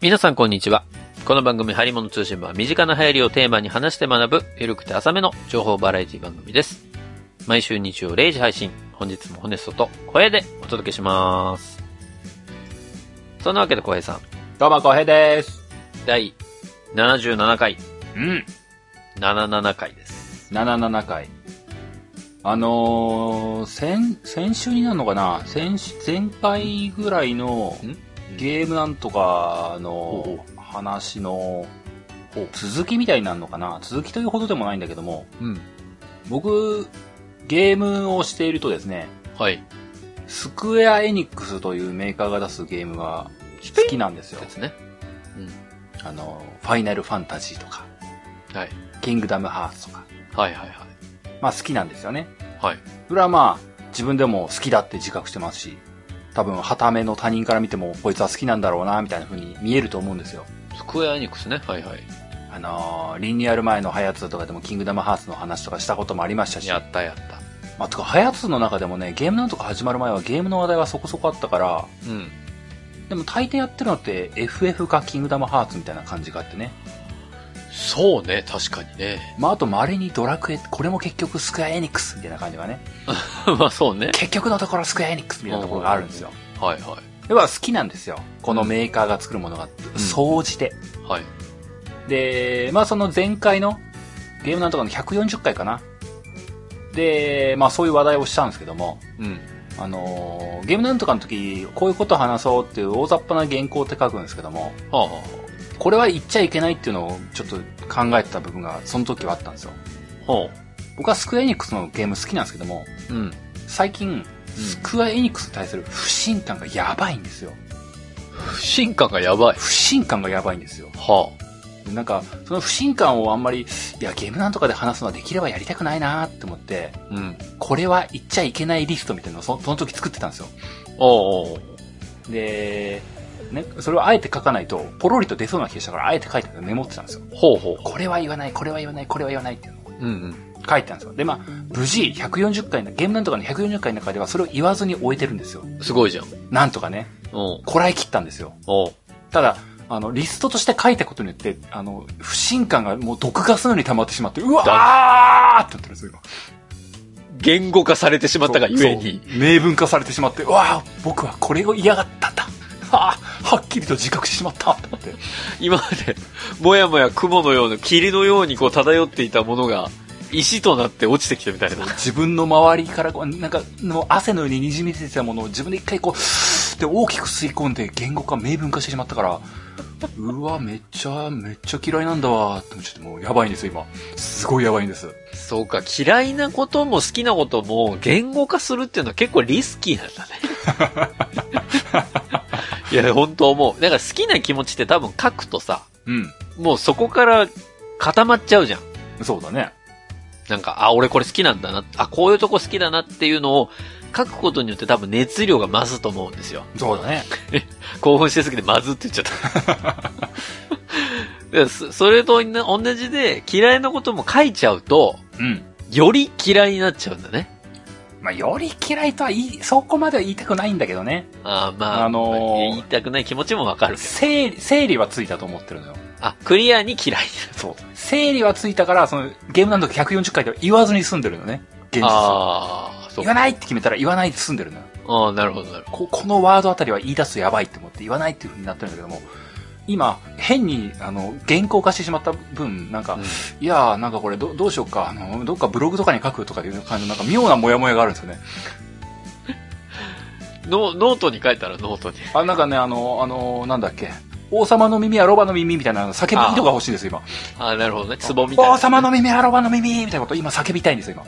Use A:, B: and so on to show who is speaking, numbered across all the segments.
A: 皆さんこんにちは。この番組、ハリモノ通信部は身近な流行りをテーマに話して学ぶ、ゆるくて浅めの情報バラエティ番組です。毎週日曜0時配信、本日もホネストと声でお届けします。そんなわけで小平さん、
B: どうも、こうへいです。
A: 第77回、
B: うん。
A: 77回です。
B: 77回。あのー、先、先週になるのかな先週、前回ぐらいの
A: ん
B: ゲームなんとか
A: ほ
B: の話の続きみたいになるのかな続きというほどでもないんだけども、
A: うん。
B: 僕、ゲームをしているとですね、
A: はい。
B: スクエアエニックスというメーカーが出すゲームが好きなんですよ
A: で。すね。
B: あの、ファイナルファンタジーとか、
A: はい。
B: キングダムハーツとか、
A: はいはい
B: まあ好きなんですよね。
A: はい。はい。
B: それはまあ、自分でも好きだって自覚してますし、多分、はための他人から見ても、こいつは好きなんだろうな、みたいな風に見えると思うんですよ。
A: スクエアエニックスね。はいはい。
B: あのーリニューアル前のハヤツとかでも、キングダムハーツの話とかしたこともありましたし、
A: や
B: ま
A: ったやった。
B: あ、とか、ハヤツの中でもね、ゲームなんとか始まる前はゲームの話題はそこそこあったから、
A: うん。
B: でも大抵やってるのって、FF かキングダムハーツみたいな感じがあってね。
A: そうね、確かにね。
B: まあ、あと、稀にドラクエ、これも結局スクエアエニックスみたいな感じがね、
A: まあそうね。
B: 結局のところスクエアエニックスみたいなところがあるんですよ。
A: はいは
B: では好きなんですよ。このメーカーが作るものが、総じて。
A: い。はい。
B: で、まあその前回のゲームなんとかの140回かな。で、まあそういう話題をしたんですけども、
A: うん。
B: あのーゲームなんとかの時、こういうこと話そうっていう大雑把な原稿って書くんですけども、
A: はあは
B: これは言っちゃいけないっていうのをちょっと考えてた部分がその時はあったんですよ。
A: あ。は
B: 僕はスクエアエニックスのゲーム好きなんですけども、
A: あ。うん。
B: 最近、スクエアエニックスに対する不信感がやばいんですよ。
A: 不信感がやばい。
B: 不信感がやばいんですよ。
A: は
B: なんか、その不信感をあんまり、いや、ゲームなんとかで話すのはできればやりたくないなーって思って、
A: あ。うん。
B: これは言っちゃいけないリストみたいなのをそその時作ってたんですよ。
A: おうおう
B: で、ね、それをあえて書かないと、ポロリと出そうな気がしたから、あえて書いてたメモってたんですよ。
A: ほうほ
B: これは言わない、これは言わない、これは言わないっていうのを
A: う。うんうん。
B: 書いてたんですよ。で、まあ、無事、140回の、ゲームなんとかの140回の中では、それを言わずに終えてるんですよ。
A: すごいじゃん。
B: なんとかね、
A: おうん。
B: こらえきったんですよ。
A: おう
B: ただ、あの、リストとして書いたことによって、あの、不信感がもう毒ガスのように溜まってしまって、うわーってなってるんですよ、今。
A: 言語化されてしまったがゆえに。
B: そう。明文化されてしまって、うわー僕はこれを嫌がったんだ。はあ、はっきりと自覚してしまった。と思って。
A: 今まで、もやもや雲のような、霧のようにこう漂っていたものが、石となって落ちてきたみたいな。
B: 自分の周りからこう、なんか、の汗のように滲み出てたものを自分で一回こう、って大きく吸い込んで言語化、明文化してしまったから、うわ、めっちゃ、めっちゃ嫌いなんだわーって思っちょっともうやばいんですよ、今。すごいやばいんです。
A: そうか、嫌いなことも好きなことも言語化するっていうのは結構リスキーなんだね。 いや、本当思う。なんか好きな気持ちって多分書くとさ、
B: うん。
A: もうそこから固まっちゃうじゃん。
B: そうだね。
A: なんか、あ、俺これ好きなんだな、あ、こういうとこ好きだなっていうのを書くことによって多分熱量が増すと思うんですよ。
B: そうだね。
A: 興奮してすぎてまずって言っちゃ った。でそそれと同じで嫌いなことも書いちゃうと、
B: うん。
A: より嫌いになっちゃうんだね。
B: まあ、より嫌いとは言い、そこまでは言いたくないんだけどね。
A: あーまあ、
B: あのー
A: 言いたくない気持ちもわかるけど。
B: 整理、整理はついたと思ってるのよ。
A: あ、クリアに嫌いに
B: そう。整理はついたから、その、ゲームなんとか140回では言わずに済んでるのね。
A: なる。
B: 現実は。
A: ああ、そう
B: 言
A: か。
B: わないって決めたら言わないで済んでるのよ。
A: ああ、なるほど、なるほ
B: こ、このワードあたりは言い出すとやばいって思って言わないっていう風になってるんだけども、今、変に、あの、原稿化してしまった分、なんか、
A: ど。
B: いやー、なんかこれど、どうしようか、あの、どっかブログとかに書くとかいう感じの、なんか妙なモヤモヤがあるんですよね。
A: ノノートに書いたらノートに。
B: あ、なんかね、あの、あの、なんだっけ、王様の耳はロバの耳みたいな叫び人が欲しいんですよ、今。
A: ああ、なるほどね。ツボみたいな。
B: 王様の耳、アロバの耳みたいなこと今叫びたいんですよ、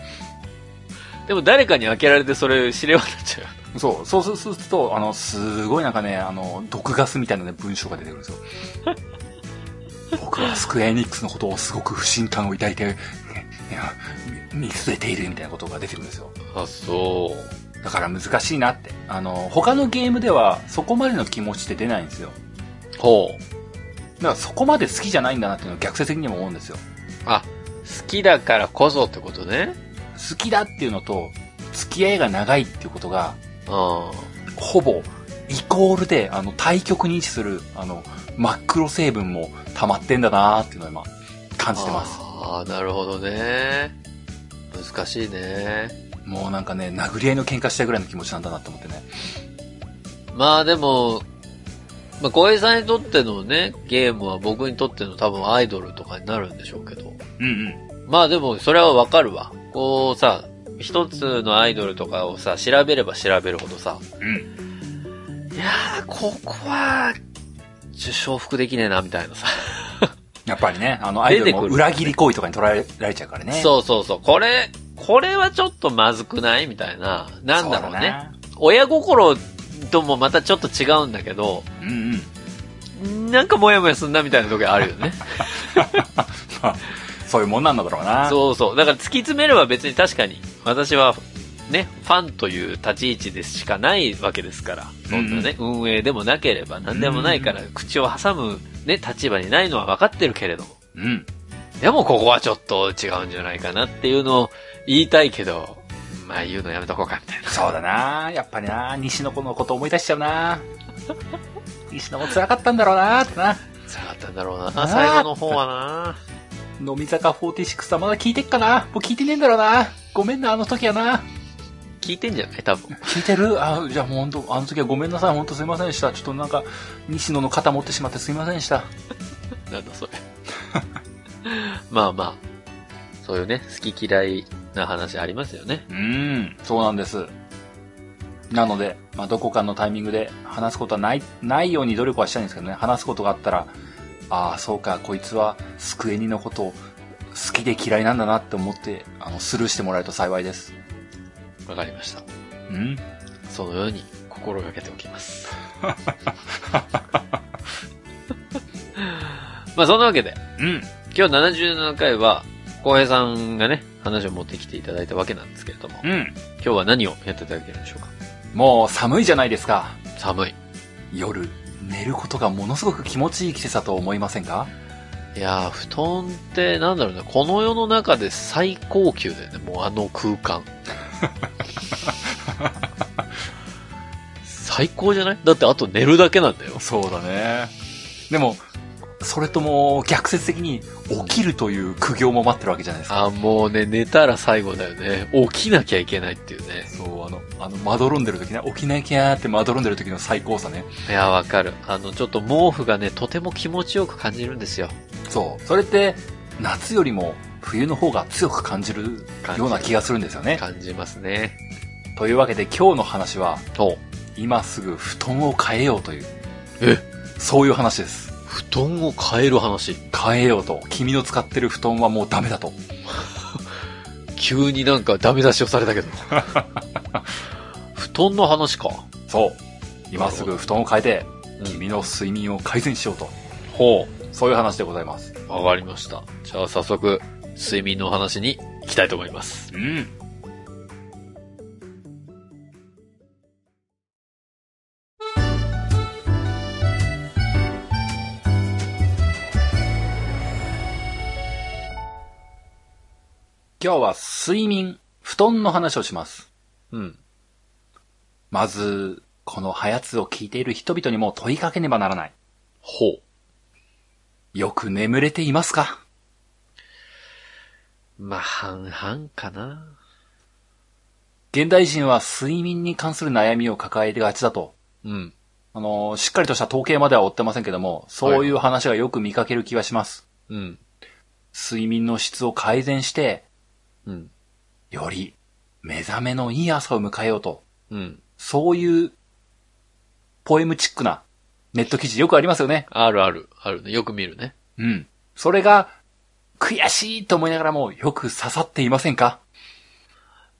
A: でも誰かに開けられてそれ知れ渡っちゃう。
B: 今。そう、そうすそうすると、あの、すごいなんかね、あの、毒ガスみたいなね、文章が出てくるんですよ。 僕はスクエアエニックスのことをすごく不信感を抱いて、いや見見据えているみたいなことが出てくるんですよ。
A: あ、そう。
B: だから難しいなって。あの、他のゲームではそこまでの気持ちって出ないんですよ。
A: ほう。
B: だからそこまで好きじゃないんだなっていうのを逆説的にも思うんですよ。
A: あ、好きだからこそってことね。
B: 好きだっていうのと、付き合いが長いっていうことが、
A: あ
B: ほぼイコールであの対極に位置するあの真っ黒成分も溜まってんだなーっていうのを今、感じてます。
A: ああ、なるほどね。難しいね。
B: もうなんかね、殴り合いの喧嘩したいぐらいの気持ちなんだなと思ってね。
A: まあでも、まあ、小平さんにとってのね、ゲームは僕にとっての多分アイドルとかになるんでしょうけど。
B: うんうん。
A: まあでも、それはわかるわ。こうさ、一つのアイドルとかをさ、調べれば調べるほどさ、
B: うん。
A: いやー、ここは、ちょ承服できねえな、みたいなさ。
B: やっぱりね、あの、アイドルも
A: 出てくる
B: 裏切り行為とかに捉えられちゃうからね。
A: そうそうそう。これ、これはちょっとまずくないみたいな。なんだろうね。親心ともまたちょっと違うんだけど、
B: そうだね。うんうん。
A: なんかモヤモヤすんなみたいな時あるよ ね。
B: まあ そういうもんなんだろうな。
A: そうそう。だから突き詰めれば別に確かに、私は、ね、ファンという立ち位置でしかないわけですから、そんなね、運営でもなければ何でもないから、口を挟むね、立場にないのは分かってるけれども、
B: うん。
A: でもここはちょっと違うんじゃないかなっていうのを言いたいけど、まあ言うのやめとこうかみたいな。
B: そうだな。やっぱりな、西野子のこと思い出しちゃうな。 西野も辛かったんだろうなってな。
A: 下がったんだろうな。最後の方はな。
B: 乃木坂46はまだ聞いてっかなもう聞いてねえんだろうな。ごめんな、あの時はな。
A: 聞いてんじゃない多分。
B: 聞いてるあ、じゃあもう本当、あの時はごめんなさい。本当すいませんでした。ちょっとなんか、西野の肩持ってしまってすいませんでした。
A: なんだそ れ。まあまあ、そういうね、好き嫌いな話ありますよね。
B: うん、そうなんです。なので、まあ、どこかのタイミングで話すことはない、ないように努力はしたいんですけどね、話すことがあったら、ああ、そうか、こいつは、スクエニのことを、好きで嫌いなんだなって思って、あの、スルーしてもらえると幸いです。
A: わかりました。
B: うん
A: そのように心がけておき ます。まあそんなわけで、
B: うん。
A: 今日77回は、浩平さんがね、話を持ってきていただいたわけなんですけれども、
B: うん。
A: 今日は何をやっていただけるんでしょうか
B: もう、寒いじゃないですか。
A: 寒い。
B: 夜、寝ることがものすごく気持ちいい季節だと思いませんか
A: いやー、布団ってなんだろうね、この世の中で最高級だよね、もうあの空間。最高じゃないだってあと寝るだけなんだよ。
B: そうだね。でも、それとも、逆説的に、起きるという苦行も待ってるわけじゃないですか。
A: あ、もうね、寝たら最後だよね。起きなきゃいけないっていうね。
B: そう、あの、あの、まどろんでる時ね、起きなきゃーってまどろんでる時の最高さね。
A: いや、わかる。あの、ちょっと毛布がね、とても気持ちよく感じるんですよ。
B: そう。それって、夏よりも冬の方が強く感じる
A: 感じる
B: ような気がするんですよね。
A: 感じますね。
B: というわけで今日の話は、
A: お
B: 今すぐ布団を変えようという。
A: え
B: そういう話です。
A: 布団を変える話。
B: 変えようと。君の使ってる布団はもうダメだと。
A: 急になんかダメ出しをされた けど。布団の話か。
B: そう。今すぐ布団を変えて、
A: うん
B: 君の睡眠を改善しようと。
A: ほ
B: そういう話でございます。
A: う。わかりました。じゃあ早速、睡眠のお話に行きたいと思います。
B: うん。今日は睡眠、布団の話をします。
A: うん。
B: まず、このハヤツを聞いている人々にも問いかけねばならない。
A: ほう。
B: よく眠れていますか
A: まあ、半々かな。
B: 現代人は睡眠に関する悩みを抱えがちだと
A: うん。
B: あの、しっかりとした統計までは追ってませんけども、そういう話はよく見かける気がします。
A: うん。
B: 睡眠の質を改善して、
A: うん。
B: より目覚めのいい朝を迎えようと、
A: うん。
B: そういう、ポエムチックなネット記事よくありますよね。
A: あるある。あるね。よく見るね。
B: うん。それが、悔しいと思いながらもよく刺さっていませんか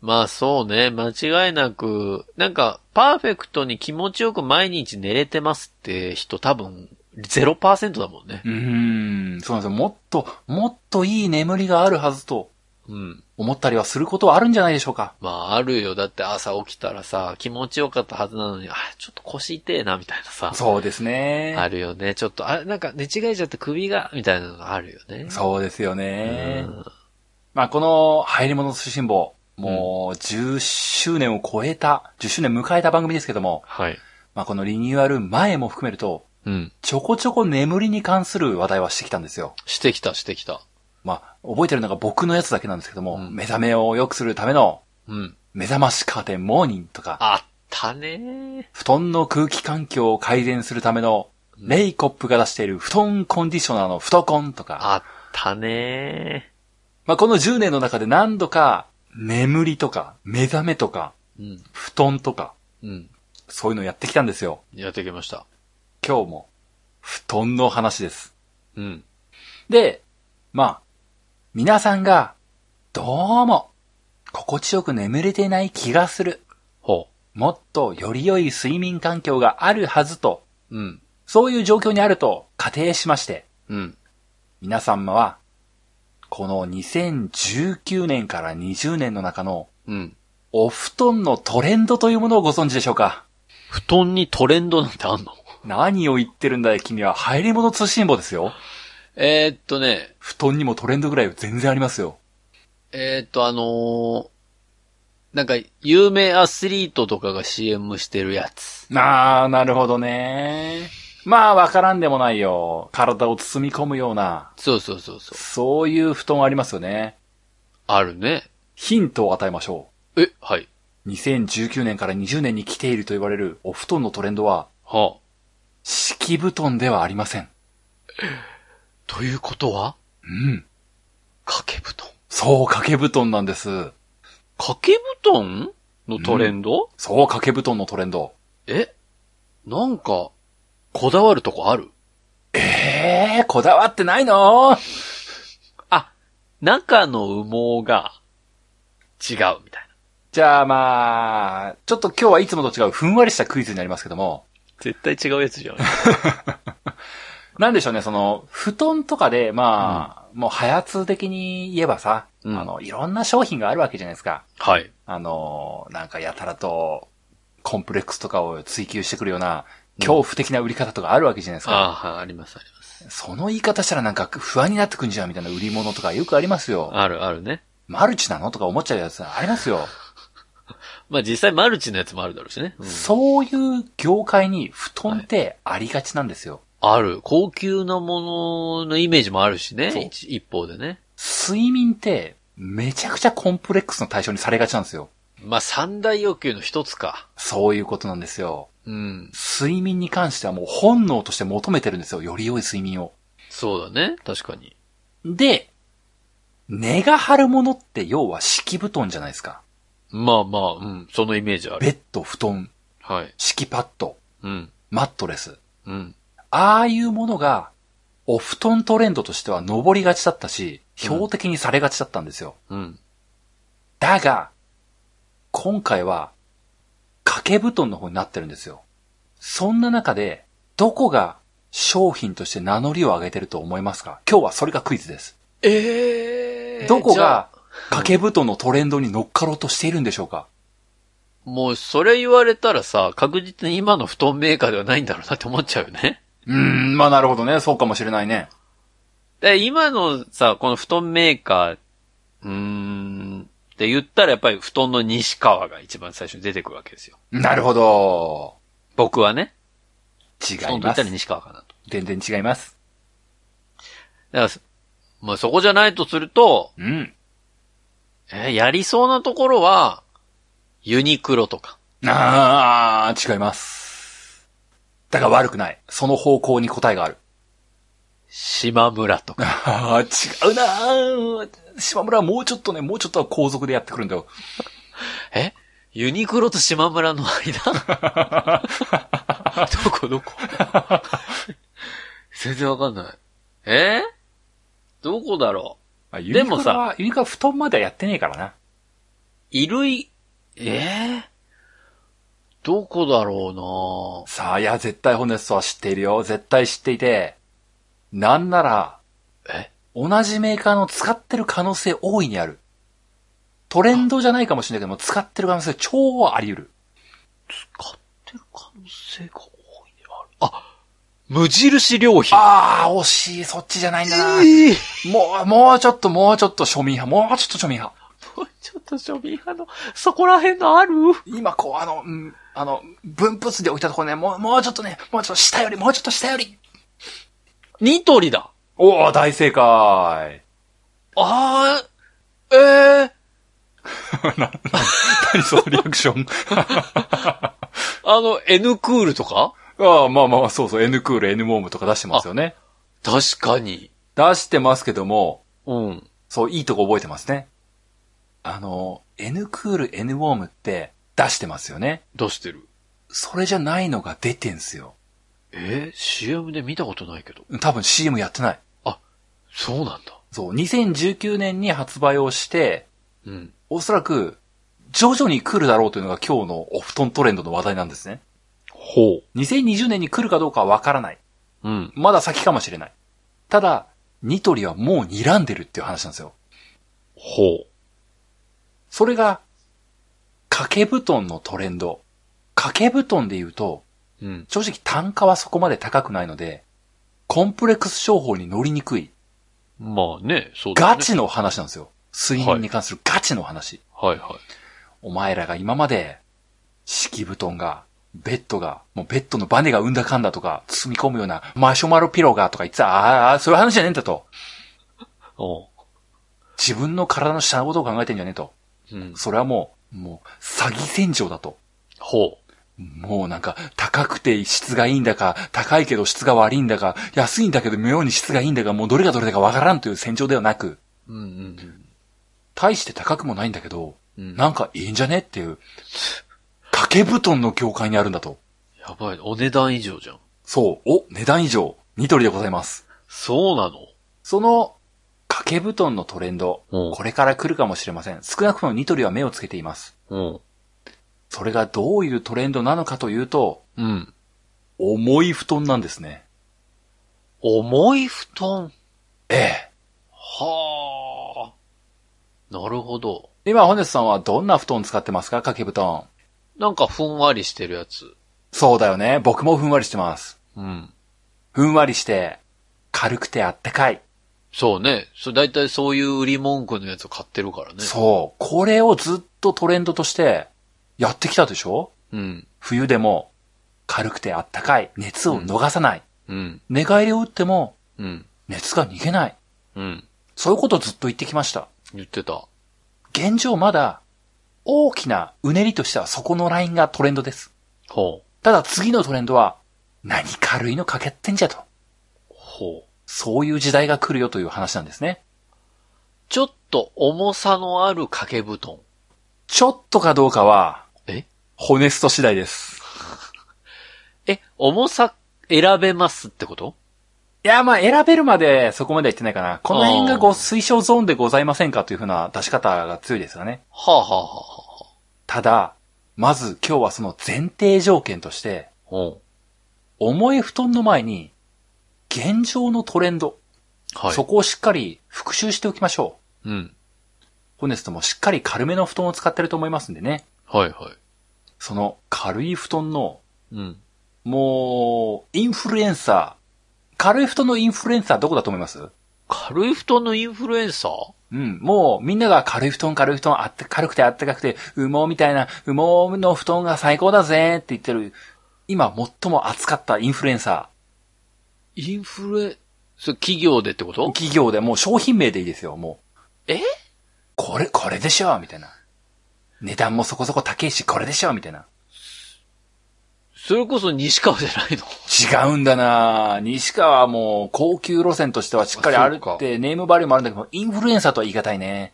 A: まあそうね、間違いなく、なんか、パーフェクトに気持ちよく毎日寝れてますって人多分、0%だもんね。
B: うーん、そうなんですよ。もっと、もっといい眠りがあるはずと
A: うん。
B: 思ったりはすることはあるんじゃないでしょうか。
A: まああるよ。だって朝起きたらさ、気持ちよかったはずなのに、あ、ちょっと腰痛えな、みたいなさ。
B: そうですね。
A: あるよね。ちょっと、あれ、なんか寝違えちゃって首が、みたいなのがあるよね。
B: そうですよ
A: う
B: ね。
A: ん
B: まあ、この、入り物通信簿、もう、10周年を超えた、10周年迎えた番組ですけども、
A: はい。
B: まあ、このリニューアル前も含めると、
A: うん。
B: ちょこちょこ眠りに関する話題はしてきたんですよ。
A: してきた、してきた。
B: まあ、覚えてるのが僕のやつだけなんですけども、
A: うん
B: 目覚めを良くするための、
A: うん。
B: 目覚ましカーテンモーニングとか、
A: あったね
B: 布団の空気環境を改善するための、レイコップが出している布団コンディショナーの布団コンとか、
A: あったね
B: まあ、この10年の中で何度か、眠りとか、目覚めとか、
A: うん。
B: 布団とか、
A: うん。
B: そういうのやってきたんですよ。
A: やってきました。
B: 今日も、布団の話です。
A: うん。
B: で、まあ、皆さんが、どうも、心地よく眠れていない気がする。
A: ほ
B: もっとより良い睡眠環境があるはずと、
A: う。うん。
B: そういう状況にあると仮定しまして、
A: うん。
B: 皆様は、この2019年から20年の中の
A: うん。
B: お布団のトレンドというものをご存知でしょうか
A: 布団にトレンドなんてあんの
B: 何を言ってるんだい君は入り物通信簿ですよ。
A: えーっとね、
B: 布団にもトレンドぐらい全然ありますよ。
A: えーっとあのーなんか、有名アスリートとかが CM してるやつ。
B: あー、なるほどね。まあ、わからんでもないよ。体を包み込むような、
A: そうそうそうそう。
B: そういう布団ありますよね。
A: あるね。
B: ヒントを与えましょう。
A: え、はい。
B: 2019年から20年に来ていると言われるお布団のトレンドは、
A: はあ。
B: 敷布団ではありません。
A: ということは
B: うん。
A: 掛け布団。
B: そう、掛け布団なんです。
A: 掛け布団のトレンド、
B: そう、掛け布団のトレンド。
A: えなんか、こだわるとこある
B: ええー、こだわってないの
A: あ、中の羽毛が違うみたいな。
B: じゃあまあ、ちょっと今日はいつもと違うふんわりしたクイズになりますけども、
A: 絶対違うやつじゃない
B: なんでしょうね、その、布団とかで、まあ、もう、早通的に言えばさ、
A: うん
B: あの、いろんな商品があるわけじゃないですか。
A: はい。
B: あの、なんかやたらと、コンプレックスとかを追求してくるような、恐怖的な売り方とかあるわけじゃないですか。
A: ああ、はいあります、あります。
B: その言い方したらなんか不安になってくんじゃんみたいな売り物とかよくありますよ。
A: ある、あるね。
B: マルチなのとか思っちゃうやつありますよ。
A: まあ実際マルチのやつもあるだろうしね。うん
B: そういう業界に布団ってありがちなんですよ。
A: ある。高級なもののイメージもあるしね
B: そう。
A: 一一方でね。
B: 睡眠ってめちゃくちゃコンプレックスの対象にされがちなんですよ。
A: まあ三大欲求の一つか。
B: そういうことなんですよ。
A: うん。
B: 睡眠に関してはもう本能として求めてるんですよ。より良い睡眠を。
A: そうだね。確かに。
B: で、寝が張るものって要は敷布団じゃないですか。
A: まあまあ、うん。そのイメージある。
B: ベッド、布団、
A: はい。
B: 敷パッド、
A: うん。
B: マットレス。
A: うん。
B: ああいうものが、お布団トレンドとしては上りがちだったし、標的にされがちだったんですよ。
A: うん。
B: だが、今回は、掛け布団の方になってるんですよ。そんな中で、どこが商品として名乗りを上げてると思いますか今日はそれがクイズです。
A: ええ
B: どこ
A: じゃあ
B: が掛け布団のトレンドに乗っかろうとしているんでしょうか
A: もう、それ言われたらさ、確実に今の布団メーカーではないんだろうなって思っちゃうよね。
B: うーん、まあなるほどね。そうかもしれないね。
A: で、今のさ、この布団メーカー、うーん、って言ったらやっぱり布団の西川が一番最初に出てくるわけですよ。
B: なるほど。
A: 僕はね。布
B: 違
A: 団
B: い
A: と言
B: ま
A: った
B: す
A: ら。西川かなと。
B: 全然違います。
A: だから、まあそこじゃないとすると、
B: うん。
A: えーやりそうなところは、ユニクロとか。
B: あー、違います。だが悪くない。その方向に答えがある。
A: 島村とか。
B: あー、違うなー。島村はもうちょっとね、もうちょっとは後続でやってくるんだよ。
A: えユニクロと島村の間 どこ どこ全然わかんない。えーどこだろ
B: で
A: も
B: も
A: さ
B: さ、ユニクロは布団まではやってねえからな。
A: う衣類、えーどこだろ
B: さあ、いや、絶対ホネストは知っているよ。絶対知っていて。なんなら、
A: うなえ
B: 同じメーカーの使ってる可能性大いにある。トレンドじゃないかもしれないけども、使ってる可能性超あり得る。
A: 買ってる可能性が多いである。あ、無印良品。
B: あー、惜しい、そっちじゃないんだ
A: え
B: な。
A: ー
B: もう、もうちょっと、もうちょっと庶民派、もうちょっと庶民派。
A: ごい、ちょっと庶民派の、そこら辺のある
B: 今こう、あの、うんあの、分布図で置いたところね、もう、もうちょっとね、もうちょっと下より、もうちょっと下より。
A: ニトリだ。
B: おお大正解。
A: あー、えー、
B: な何そのリアクション
A: あの、N クールとか
B: ああ、まあまあ、そうそう、N クール、N モームとか出してますよね。
A: 確かに。
B: 出してますけども、
A: うん。
B: そう、いいとこ覚えてますね。あの、N クール、N ウォームって出してますよね。
A: 出してる。
B: それじゃないのが出てんすよ。
A: えー、CM で見たことないけど。
B: 多分 CM やってない。
A: そうなんだ。
B: そう、2019年に発売をして、
A: うん。
B: おそらく、徐々に来るだろうというのが今日のお布団トレンドの話題なんですね。
A: ほ
B: 2020年に来るかどうかはわからない。
A: う。うん。
B: まだ先かもしれない。ただ、ニトリはもう睨んでるっていう話なんですよ。
A: ほう。
B: それが、掛け布団のトレンド。掛け布団で言うと、
A: うん。
B: 正直単価はそこまで高くないので、コンプレックス商法に乗りにくい、
A: まあね、そうだね。
B: ガチの話なんですよ。睡眠に関するガチの話。
A: はいはい。
B: お前らが今まで、敷布団が、ベッドが、もうベッドのバネが生んだかんだとか、包み込むようなマシュマロピローがとか言ってた、あーあー、そういう話じゃねえんだと。
A: おう
B: 自分の体の下のことを考えてんじゃねえと。
A: うん。
B: それはもう、もう、詐欺戦場だと。
A: ほう。
B: もうなんか、高くて質がいいんだか、高いけど質が悪いんだか、安いんだけど妙に質がいいんだか、もうどれがどれだかわからんという戦場ではなく、
A: うんうん
B: 大して高くもないんだけど、
A: うん。
B: なんかいいんじゃねっていう、掛け布団の業界にあるんだと。
A: やばい、お値段以上じゃん。
B: そう。お、値段以上。ニトリでございます。
A: そうなの
B: その、掛け布団のトレンド、
A: うん
B: これから来るかもしれません。少なくともニトリは目をつけています。
A: うん。
B: それがどういうトレンドなのかというと、
A: うん。
B: 重い布団なんですね。
A: 重い布団。
B: ええ。
A: はあ。なるほど。
B: 今、ホネスさんはどんな布団使ってますか掛け布団。
A: なんかふんわりしてるやつ。
B: そうだよね。僕もふんわりしてます。
A: うん。
B: ふんわりして、軽くてあったかい。
A: そうね。そう、だいたいそういう売り文句のやつを買ってるからね。
B: そう。これをずっとトレンドとして、やってきたでしょ
A: うん。
B: 冬でも、軽くてあったかい。熱を逃さない。
A: うん。
B: 寝返りを打っても
A: うん。
B: 熱が逃げない。
A: うん。
B: そういうことをずっと言ってきました。
A: 言ってた。
B: 現状まだ大きなうねりとしてはそこのラインがトレンドです。
A: ほう。
B: ただ次のトレンドは何軽いのかけってんじゃと。
A: ほう。
B: そういう時代が来るよという話なんですね。
A: ちょっと重さのある掛け布団。
B: ちょっとかどうかは、
A: え
B: ホネスト次第です。
A: え、重さ選べますってこと
B: いや、まあ選べるまでそこまでは言ってないかな。この辺がご推奨ゾーンでございませんかというふうな出し方が強いですよね。
A: はあ、はあは
B: ただ、まず今日はその前提条件として、
A: あはあ、うん。
B: 重い布団の前に、現状のトレンド、
A: はい。
B: そこをしっかり復習しておきましょう。
A: うん。
B: ホネストもしっかり軽めの布団を使ってると思いますんでね。
A: はいは
B: その軽い布団の、
A: い。うん。
B: もう、インフルエンサー。軽い布団のインフルエンサーどこだと思います
A: 軽い布団のインフルエンサー
B: うん、もうみんなが軽い布団、軽い布団、あった、軽くてあったかくて、羽毛みたいな、羽毛の布団が最高だぜって言ってる、今最も扱ったインフルエンサ
A: インフルエン、それ企業でってこ
B: ー。
A: と
B: 企業でもう商品名でいいですよ、もう。
A: え
B: これ、これでしょみたいな。値段もそこそこ高いし、これでしょみたいな。
A: それこそ西川じゃないの
B: 違うんだな西川はもう高級路線としてはしっかりある
A: あそ
B: っ
A: う
B: て、ネームバリューもあるんだけど、インフルエンサーとは言い難いね。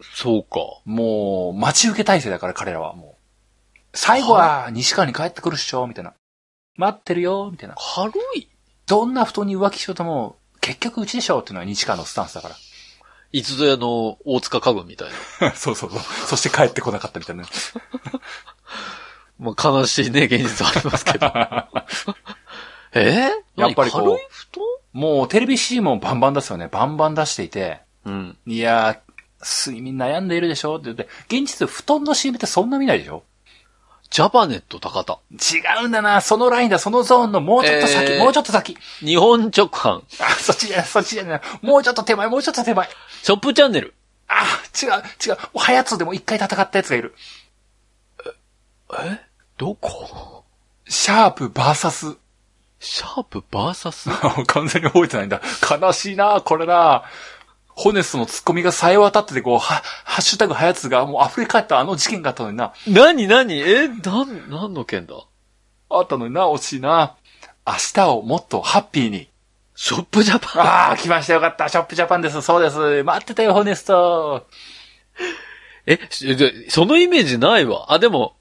A: そうか。
B: もう、待ち受け体制だから彼らはもう。最後は西川に帰ってくるっしょみたいな。待ってるよみたいな。
A: 軽い
B: どんな布団に浮気しようとも、結局うちでしょっていうのは西川のスタンスだか
A: いつぞやの大塚家具みたいな。
B: ら。 そうそうそう。そして帰ってこなかったみたいな。
A: まあ、悲しいね、現実はありますけど。 えー、
B: やっぱりこう
A: 何軽い布
B: もうテレビ CM もバンバン出すよね。バンバン出していて。
A: 団うん。
B: いやー、睡眠悩んでいるでしょって言って、現実布団の CM ってそんな見ないでしょ
A: ジャパネット高田。
B: 違うんだな、そのラインだ、そのゾーンのもうちょっと先、
A: えー
B: もうちょっと先。
A: 日本直販。
B: あ、そっちじゃない、そっちじゃない。もうちょっと手前、もうちょっと手前。
A: ショップチャンネル。
B: あ違う、違う。もう、はやつでも一回戦ったやつがいる。
A: えどこ
B: シャープバーサス。
A: シャープバーサス
B: 完全に覚えてないんだ。悲しいなこれなホネストのツッコミがさえ渡ってて、こう、は、ハッシュタグはやつがもう溢れ返ったあの事件があったのにな。
A: なになにえ、なん、なんの件だ
B: あったのにな、惜しいな。明日をもっとハッピーに。
A: ショップジャパン
B: ああ、来ましたよかった。ショップジャパンです。そうです。待ってたよ、ホネスト。
A: え、しでそのイメージないわ。あ、でも、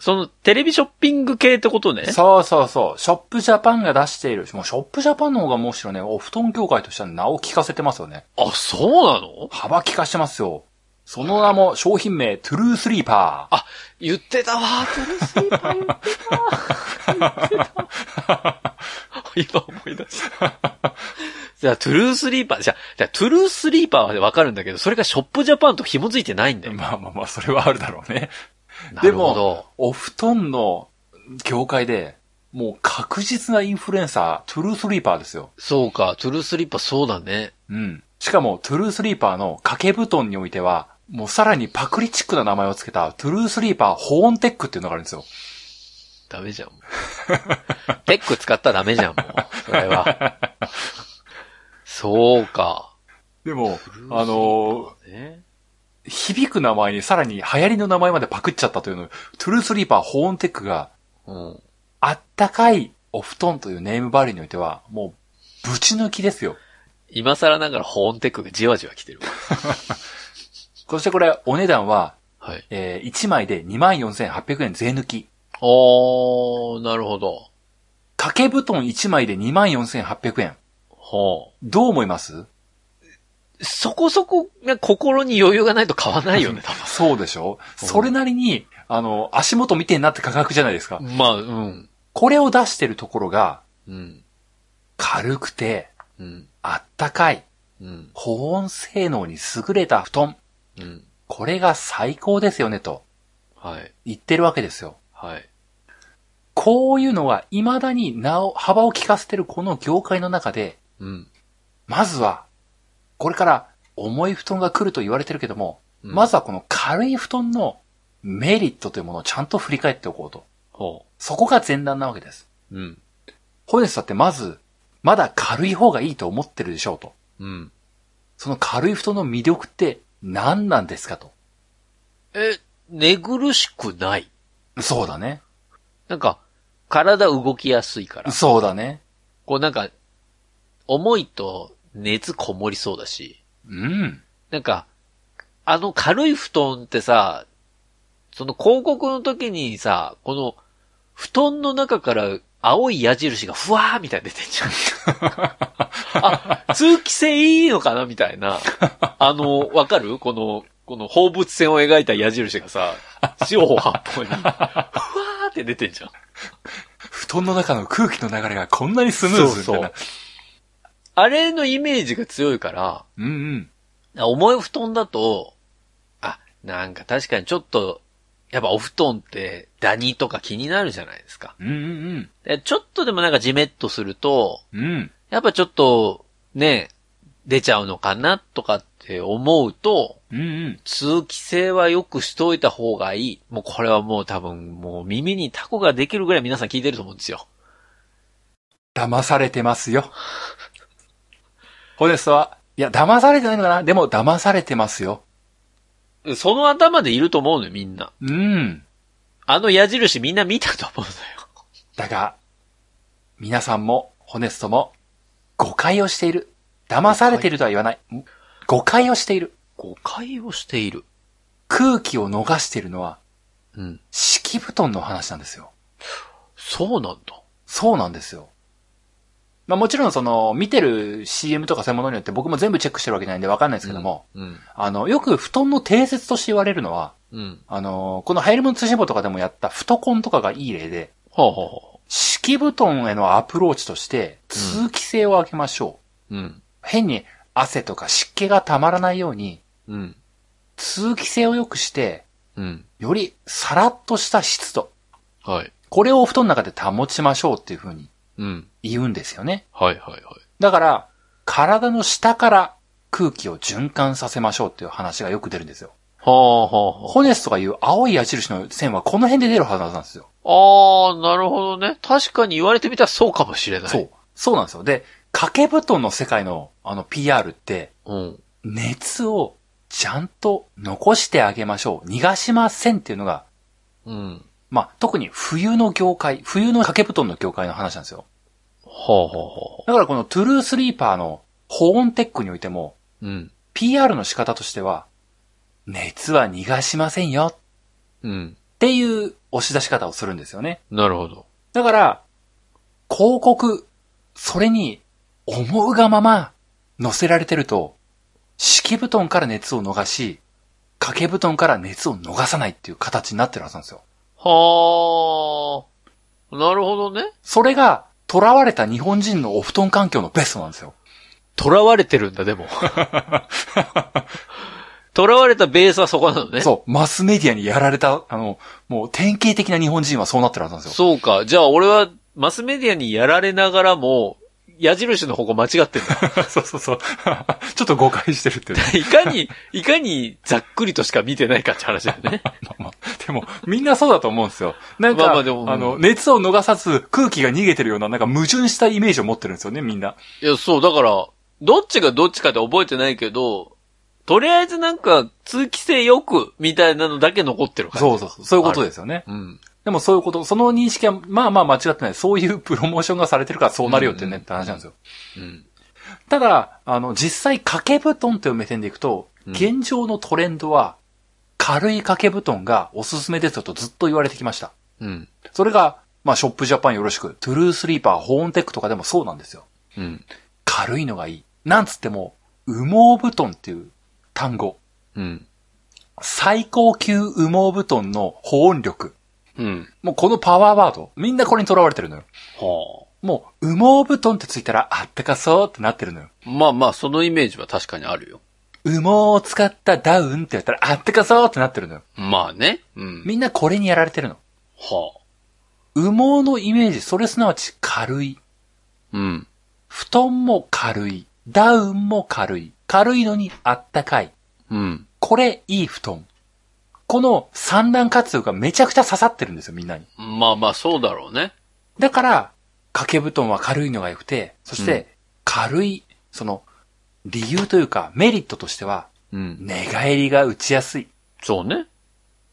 A: その、テレビショッピング系ってことね。
B: そうそうそう。ショップジャパンが出している。もうショップジャパンの方がむしろね、お布団協会としては名を聞かせてますよね。
A: あ、そうなの
B: 幅利かしてますよ。その名も商品名、トゥルースリーパー。
A: 言ってたわ。トゥルースリーパー言ってた。言ってた。今思い出した。じゃあ、トゥルースリーパー、じゃあ、じゃあトゥルースリーパーはわかるんだけど、それがショップジャパンと紐づいてないんだよ。
B: まあまあまあ、それはあるだろうね。
A: な
B: で
A: るほ
B: も
A: ど。、
B: お布団の業界で、もう確実なインフルエンサー、トゥルースリーパーですよ。
A: そうか、トゥルースリーパーそうだね。
B: うん。しかも、トゥルースリーパーの掛け布団においては、もうさらにパクリチックな名前をつけた、トゥルースリーパーホーンテックっていうのがあるんですよ。
A: ダメじゃん。も うテック使ったらダメじゃん、もう。それは。そうか。
B: でも、あの
A: ね
B: ー響く名前にさらに流行りの名前までパクっちゃったというの、トゥルースリーパーホーンテックが、
A: うん。
B: あったかいお布団というネームバリューにおいては、もう、ぶち抜きですよ。
A: 今更ながらホーンテックがじわじわ来てるわ。
B: そしてこれ、お値段は、
A: はい。
B: えー1枚で24,800円税抜き。
A: おー、なるほど。
B: 掛け布団1枚で24,800円。
A: ほ
B: どう思います
A: う。そこそこ、ね心に余裕がないと買わないよね、多
B: そうでしょ
A: うん
B: それなりに、あの、足元見てんなって価格じゃないですか。
A: 分。まあ、うん。
B: これを出してるところが、
A: うん。
B: 軽くて、
A: うん。
B: あったかい、
A: うん。
B: 保温性能に優れた布団。
A: うん。
B: これが最高ですよね、と
A: はい。
B: 言ってるわけですよ。
A: はい。
B: こういうのは未だに名を、幅を利かせてるこの業界の中で、
A: うん。
B: まずは、これから重い布団が来ると言われてるけども、ま
A: ず、
B: ずはこの軽い布団のメリットというものをちゃんと振り返っておこうと。
A: ほ
B: そこが前段なわけです。
A: う。うん。
B: ホネスだってまず、まだ軽い方がいいと思ってるでしょうと。
A: うん。
B: その軽い布団の魅力って何なんですかと。
A: え、寝苦しくない。
B: そうだね。
A: なんか、体動きやすいから。
B: そうだね。
A: こうなんか、重いと熱こもりそうだし、
B: うん。
A: なんか、あの軽い布団ってさ、その広告の時にさ、この、布団の中から青い矢印がふわーみたいに出てんじゃん。あ、通気性いいのかなみたいな。あの、わかるこの、この放物線を描いた矢印がさ、四方八方に、ふわーって出てんじゃん。
B: 布団の中の空気の流れがこんなにスムーズみたいな。
A: そうあれのイメージが強いから、
B: うんうん。
A: あ重い布団だと、あ、なんか確かにちょっと、やっぱお布団ってダニとか気になるじゃないですか。
B: うんうん
A: でちょっとでもなんかジメッとすると、
B: うん。うん。
A: やっぱちょっと、ね、出ちゃうのかなとかって思うと、
B: うんうん。
A: 通気性は良くしといた方がいい。もうこれはもう多分もう耳にタコができるぐらい皆さん聞いてると思うんですよ。
B: 騙されてますよ。ホネストは、いや、騙されてないのかなでも、騙されてますよ。
A: その頭でいると思うのよ、みんな。
B: うん。
A: あの矢印みんな見たと思うのよ。
B: だが、皆さんも、ホネストも、誤解をしている。騙されているとは言わない。ん誤解をしている。
A: 誤解をしている。
B: 空気を逃しているのは、
A: うん。
B: 敷布団の話なんですよ。
A: そうなんだ。
B: そうなんですよ。まあもちろんその、見てる CM とかそういうものによって僕も全部チェックしてるわけじゃないんでわかんないですけども、
A: うん。
B: あの、よく布団の定説として言われるのは、
A: うん。
B: あの、このハイルム通信簿とかでもやった布コンとかがいい例で、
A: ほうほうほ
B: 敷布団へのアプローチとして、通気性を上げましょう。
A: う。うん。
B: 変に汗とか湿気がたまらないように、
A: うん。
B: 通気性を良くして、
A: うん。
B: よりさらっとした湿度。
A: はい。
B: これをお布団の中で保ちましょうっていう風に
A: うん。
B: 言うんですよね。
A: はいはいはい。
B: だから、体の下から空気を循環させましょうっていう話がよく出るんですよ。
A: ほうほうほう。
B: ホネスとかいう青い矢印の線はこの辺で出るはずなんですよ。
A: あー、なるほどね。確かに言われてみたらそうかもしれない。
B: そう。そうなんですよ。で、掛け布団の世界のあの PR って、
A: うん。
B: 熱をちゃんと残してあげましょう。逃がしませんっていうのが、
A: うん。
B: まあ、特に冬の業界、冬の掛け布団の業界の話なんですよ。
A: ほうほうほ
B: だからこのトゥルースリーパーの保温テックにおいても、
A: う。うん。
B: PR の仕方としては、熱は逃がしませんよっ
A: うん。
B: ていう押し出し方をするんですよね。
A: なるほど。
B: だから、広告、それに思うがまま乗せられてると、敷布団から熱を逃し、掛け布団から熱を逃さないっていう形になってるはずなんですよ。
A: はー。なるほどね。
B: それが、囚われた日本人のお布団環境のベストなんですよ。
A: 囚われてるんだ、でも。 囚われたベースはそこなのね。
B: そう、マスメディアにやられた、あの、もう典型的な日本人はそうなってるはずなんですよ。
A: そうか。じゃあ俺は、マスメディアにやられながらも、矢印の方向間違ってんだ。
B: そうそうそう。 ちょっと誤解してるっていうね。
A: いかに、いかにざっくりとしか見てないかって話だよね。
B: まあまあでも、みんなそうだと思うんですよ。なんか、
A: まあ
B: あ
A: まあでも
B: の、熱を逃さず空気が逃げてるような、なんか矛盾したイメージを持ってるんですよね、みんな。
A: いや、そう、だから、どっちがどっちかって覚えてないけど、とりあえずなんか、通気性よく、みたいなのだけ残ってるから。
B: そうそうそう。そういうことですよね。
A: う。うん。
B: でもそういうこと、その認識は、まあまあ間違ってない。そういうプロモーションがされてるからそうなるよってねって話なんですよ。
A: うん。
B: ただ、あの、実際掛け布団という目線でいくと、
A: うん
B: 現状のトレンドは、軽い掛け布団がおすすめですよとずっと言われてきました。
A: うん。
B: それが、まあ、ショップジャパンよろしく、トゥルースリーパー、ホーンテックとかでもそうなんですよ。
A: うん。
B: 軽いのがいい。なんつっても、羽毛布団っていう単語。
A: うん。
B: 最高級羽毛布団の保温力。
A: うん。
B: もうこのパワーワード。みんなこれに囚われてるのよ。
A: は
B: もう、羽毛布団ってついたらあったかそうってなってるのよ。
A: あ。まあまあ、そのイメージは確かにあるよ。
B: 羽毛を使ったダウンってやったらあったかそうってなってるのよ。
A: まあね。うん。
B: みんなこれにやられてるの。
A: はあ。
B: 羽毛のイメージ、それすなわち軽い。
A: うん。
B: 布団も軽い。ダウンも軽い。軽いのにあったかい。
A: うん。
B: これ、いい布団。この三段活用がめちゃくちゃ刺さってるんですよ、みんなに。
A: まあまあ、そうだろうね。
B: だから、掛け布団は軽いのが良くて、そし
A: う
B: て、軽い、その、理由というか、メリットとしては、
A: うん。
B: 寝返りが打ちやすい。
A: そうね。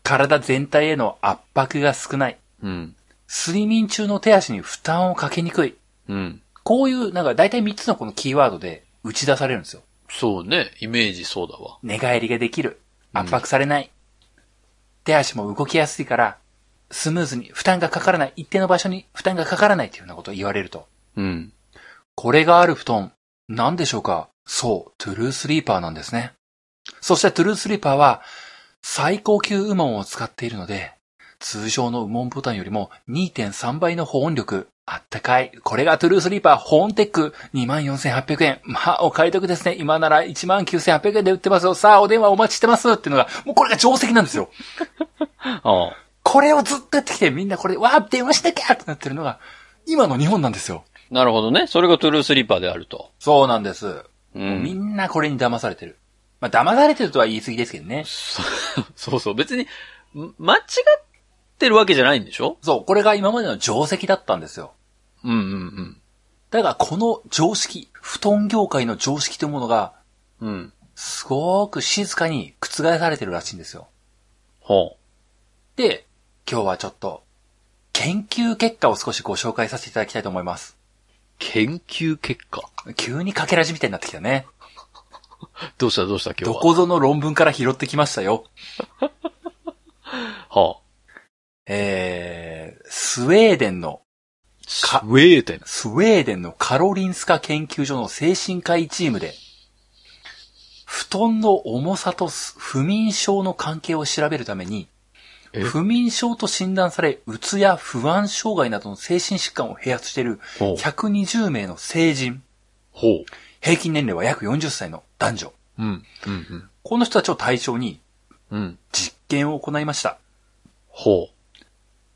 B: 体全体への圧迫が少ない。
A: うん。
B: 睡眠中の手足に負担をかけにくい。
A: うん。
B: こういう、なんか大体3つのこのキーワードで打ち出されるんですよ。
A: そうね。イメージそうだわ。
B: 寝返りができる。
A: うん
B: 圧迫されない。手足も動きやすいから、スムーズに負担がかからない。一定の場所に負担がかからないというようなことを言われると。
A: うん。
B: これがある布団、なんでしょうかそう、トゥルースリーパーなんですね。そしてトゥルースリーパーは、最高級羽毛を使っているので、通常の羽毛布団よりも2.3倍の保温力、あったかい。これがトゥルースリーパー保温テック24,800円。まあ、お買い得ですね。今なら19,800円で売ってますよ。さあ、お電話お待ちしてますっていうのが、もうこれが定石なんですよ。
A: ああ。
B: これをずっとやってきて、みんなこれ、わあ、電話しなきゃってなってるのが、今の日本なんですよ。
A: なるほどね。それがトゥルースリーパーであると。
B: そうなんです。
A: う
B: もうみんなこれに騙されてる。まあ、騙されてるとは言い過ぎですけどね。
A: そ そうそう。別に、ん間違ってるわけじゃないんでしょ
B: そう、これが今までの定石だったんですよ。
A: うんうん
B: だからこの常識、布団業界の常識というものが、
A: うん。うん。
B: すごく静かに覆されてるらしいんですよ。
A: ほ
B: で、今日はちょっと、研究結果を少しご紹介させていただきたいと思います。
A: う。研究結果。
B: 急にかけらじみたいになってきたね。
A: どうしたどうした今日は。
B: どこぞの論文から拾ってきましたよ。
A: はあ。
B: えー、スウェーデンの
A: ス
B: か
A: ウェーデン。
B: スウェーデンのカロリンスカ研究所の精神科医チームで、布団の重さとす不眠症の関係を調べるために、
A: え
B: 不眠症と診断され、うつや不安障害などの精神疾患を併発している
A: ほう。
B: 120名の成人、
A: ほう。
B: 平均年齢は約40歳の男女。
A: うん。うん
B: この人たちを対象に
A: うん。うん。
B: 実験を行いました。
A: ほ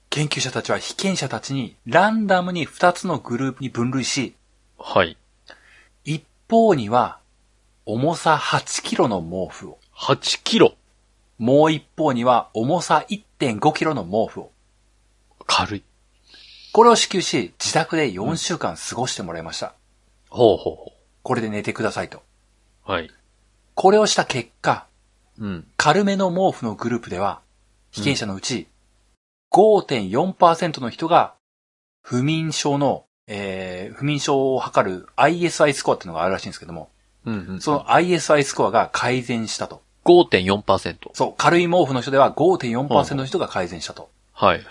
B: 研究者たちは被験者たちにランダムに2つのグループに分類し、
A: う。はい。
B: 一方には、重さ8キロの毛布を。
A: 8キロ
B: もう一方には重さ1.5キロの毛布を。
A: 軽い。
B: これを支給し、自宅で4週間過ごしてもらいました。
A: ほうほうほ
B: これで寝てくださいと。
A: う。はい。
B: これをした結果、
A: うん。
B: 軽めの毛布のグループでは、被験者のうち、5.4%の人が、不眠症の、えー、不眠症を測る ISI スコアっていうのがあるらしいんですけども、
A: うん、うん。
B: その ISI スコアが改善したと。
A: 5.4%。
B: そう、軽い毛布の人では5.4%の人が改善したと。
A: はいはい。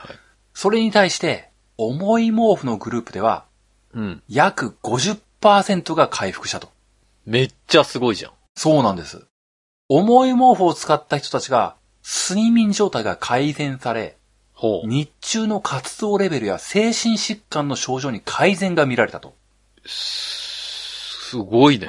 B: それに対して、重い毛布のグループでは、
A: うん。
B: 約50%が回復したと。
A: めっちゃすごいじゃん。
B: そうなんです。重い毛布を使った人たちが、睡眠状態が改善され、
A: ほう。
B: 日中の活動レベルや精神疾患の症状に改善が見られたと。
A: すごいね。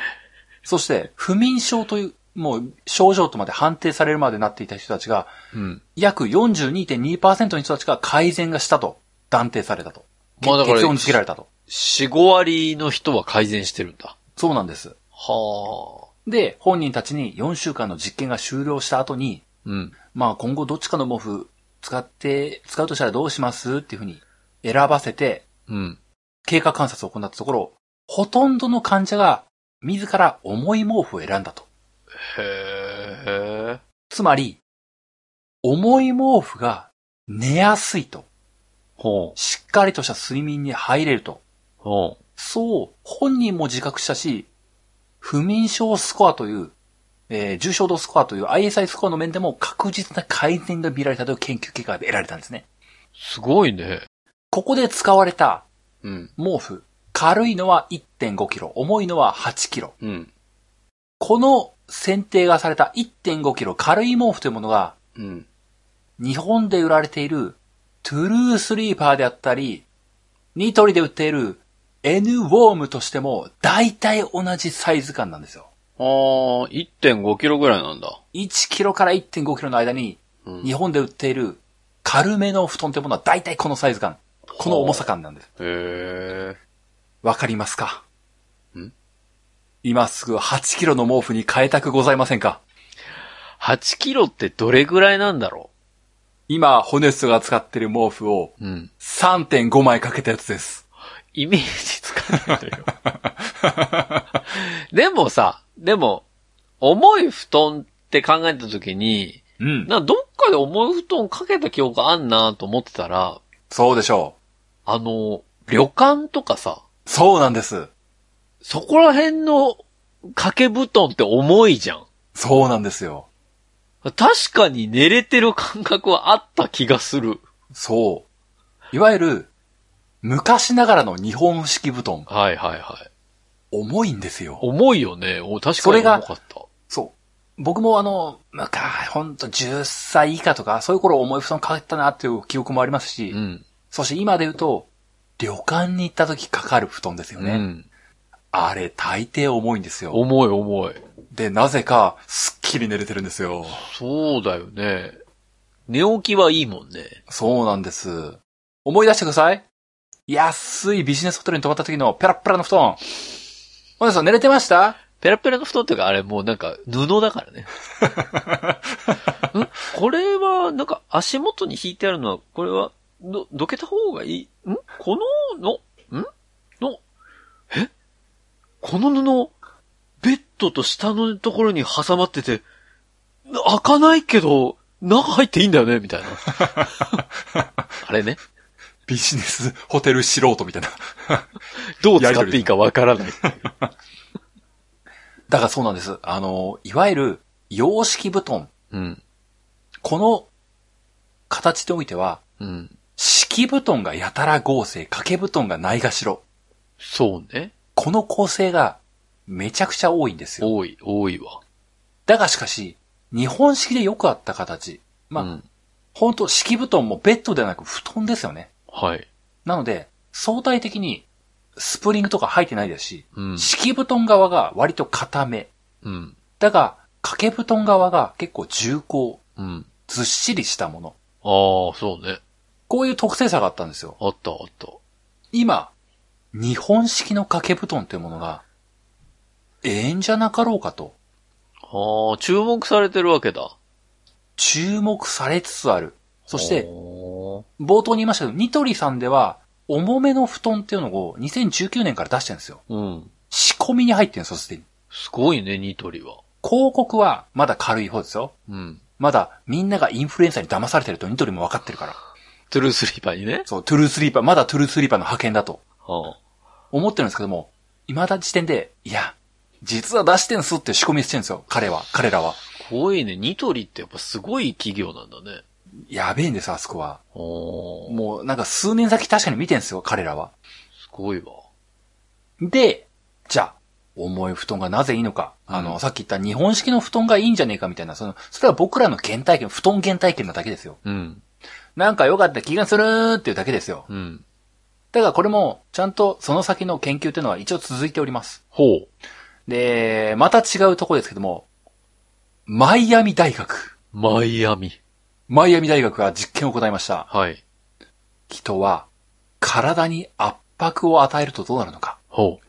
B: そして、不眠症という、もう症状とまで判定されるまでなっていた人たちが、
A: うん。
B: 約42.2%の人たちが改善がしたと断定されたと。
A: まあだから
B: 結論付けられたと。
A: 4、5割の人は改善してるんだ。
B: そうなんです。
A: はあ。
B: で、本人たちに4週間の実験が終了した後に、
A: うん。
B: まあ今後どっちかの毛布使って、使うとしたらどうしますっていうふうに選ばせて、
A: うん。
B: 経過観察を行ったところ、ほとんどの患者が自ら重い毛布を選んだと。
A: へえ。
B: つまり、重い毛布が寝やすいと、
A: ほう。
B: しっかりとした睡眠に入れると、
A: ほ
B: そう本人も自覚したし、不眠症スコアという、えー重症度スコアという ISI スコアの面でも確実な改善が見られたという研究結果が得られたんですね。
A: う。すごいね。
B: ここで使われた
A: うん。
B: 毛布、軽いのは1.5キロ、重いのは8キロ。
A: うん。
B: この選定がされた1.5キロ軽い毛布というものが、
A: うん。
B: 日本で売られているトゥルースリーパーであったり、ニトリで売っている N ウォームとしても、大体同じサイズ感なんですよ。
A: あー、1.5キロぐらいなんだ。
B: 1キロから1.5キロの間に、
A: うん
B: 日本で売っている軽めの布団というものは大体このサイズ感、この重さ感なんです。
A: へえ。
B: わかりますか
A: ん
B: 今すぐ8キロの毛布に変えたくございませんか
A: 8キロってどれぐらいなんだろ
B: 今、ホネストが使っている毛布を
A: ううん。
B: 3.5枚かけたやつです。
A: イメージつかないんだよ。でもさ、でも、重い布団って考えた時に、
B: うん。
A: などっかで重い布団かけた記憶あんなと思ってたら、
B: そうでしょ
A: あの、旅館とかさ、
B: う。そうなんです。
A: そこら辺の掛け布団って重いじゃん。
B: そうなんですよ。
A: 確かに寝れてる感覚はあった気がする。
B: そう。いわゆる、昔ながらの日本式布団、
A: はいはいはい。
B: 重いんですよ。
A: 重いよね。お確
B: そ
A: かに
B: れが
A: 重かった。
B: そう。僕もあの、昔、ほんと10歳以下とか、そういう頃重い布団かけてたなっていう記憶もありますし、
A: うん。
B: そして今で言うと、旅館に行った時かかる布団ですよ
A: う
B: ね。
A: ん。
B: あれ、大抵重いんですよ。
A: 重い重い。
B: で、なぜか、すっきり寝れてるんですよ。
A: そうだよね。寝起きはいいもんね。
B: そうなんです。思い出してください。安いビジネスホテルに泊まった時のペラッペラの布団。お姉さん寝れてました
A: ペラペラの布団っていうか、あれもうなんか布だ からね。んこれは、なんか足元に引いてあるのは、これは、ど、どけた方がいいんこの、の、んの、えこの布、ベッドと下のところに挟まってて、な開かないけど、中入っていいんだよねみ たいな。あれね。
B: ビジネスホテル素人みたいな。
A: どう使っていいかわからない。
B: だからそうなんです。あの、いわゆる洋式布団。
A: うん。
B: この形においては、
A: うん。
B: 敷布団がやたら合成、掛け布団がないがしろ。
A: そうね。
B: この構成がめちゃくちゃ多いんですよ。
A: 多い、多いわ。
B: だがしかし、日本式でよくあった形。まあ、
A: うん、
B: ほんと敷布団もベッドではなく布団ですよね。
A: はい。
B: なので、相対的にスプリングとか入ってないですし、
A: うん。
B: 敷布団側が割と硬め。
A: うん。
B: だが、掛け布団側が結構重厚、
A: うん。
B: ずっしりしたもの。
A: ああ、そうね。
B: こういう特性差があったんですよ。
A: あった、あった。
B: 今、日本式の掛け布団というものが、ええんじゃなかろうかと、
A: ああ、注目されてるわけだ。
B: 注目されつつある。そして、
A: おー
B: 冒頭に言いましたけど、ニトリさんでは、重めの布団っていうのを2019年から出してるんですよ。
A: うん。
B: 仕込みに入ってるんですよ、すでに。
A: すごいね、ニトリは。
B: 広告はまだ軽い方ですよ。
A: うん。
B: まだみんながインフルエンサーに騙されてるとニトリも分かってるから。
A: トゥルースリーパーにね。
B: そう、トゥルースリーパー、まだトゥルースリーパーの派遣だと
A: はあ。
B: 思ってるんですけども、今だ時点で、いや、実は出してんすって仕込みしてるんですよ、彼は、彼らは。
A: すごいね、ニトリってやっぱすごい企業なんだね。
B: やべえんです、あそこは。
A: おー、
B: もうなんか数年先確かに見てんですよ、彼らは。
A: すごいわ。
B: で、じゃあ、重い布団がなぜいいのか。あの、
A: うん
B: さっき言った日本式の布団がいいんじゃねえかみたいな、その、それは僕らの原体験、布団原体験なだけですよ。
A: うん、
B: なんか良かった気がするーっていうだけですよ。
A: うん。
B: だからこれも、ちゃんとその先の研究っていうのは一応続いております。
A: ほう。
B: で、また違うところですけども、マイアミ大学。
A: マイアミ。
B: マイアミ大学が実験を行いました。
A: はい。
B: 人は、体に圧迫を与えるとどうなるのか。
A: ほ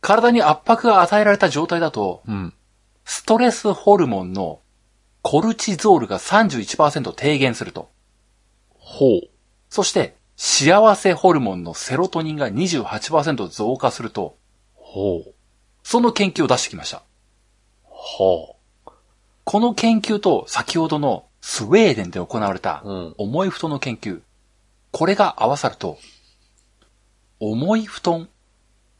B: 体に圧迫が与えられた状態だと、
A: う。うん。
B: ストレスホルモンのコルチゾールが31%低減すると。
A: ほう。
B: そして、幸せホルモンのセロトニンが28%増加すると、
A: ほう。
B: その研究を出してきました。
A: は
B: この研究と先ほどのスウェーデンで行われた
A: あ。うん。
B: 重い布団の研究。これが合わさると、重い布団、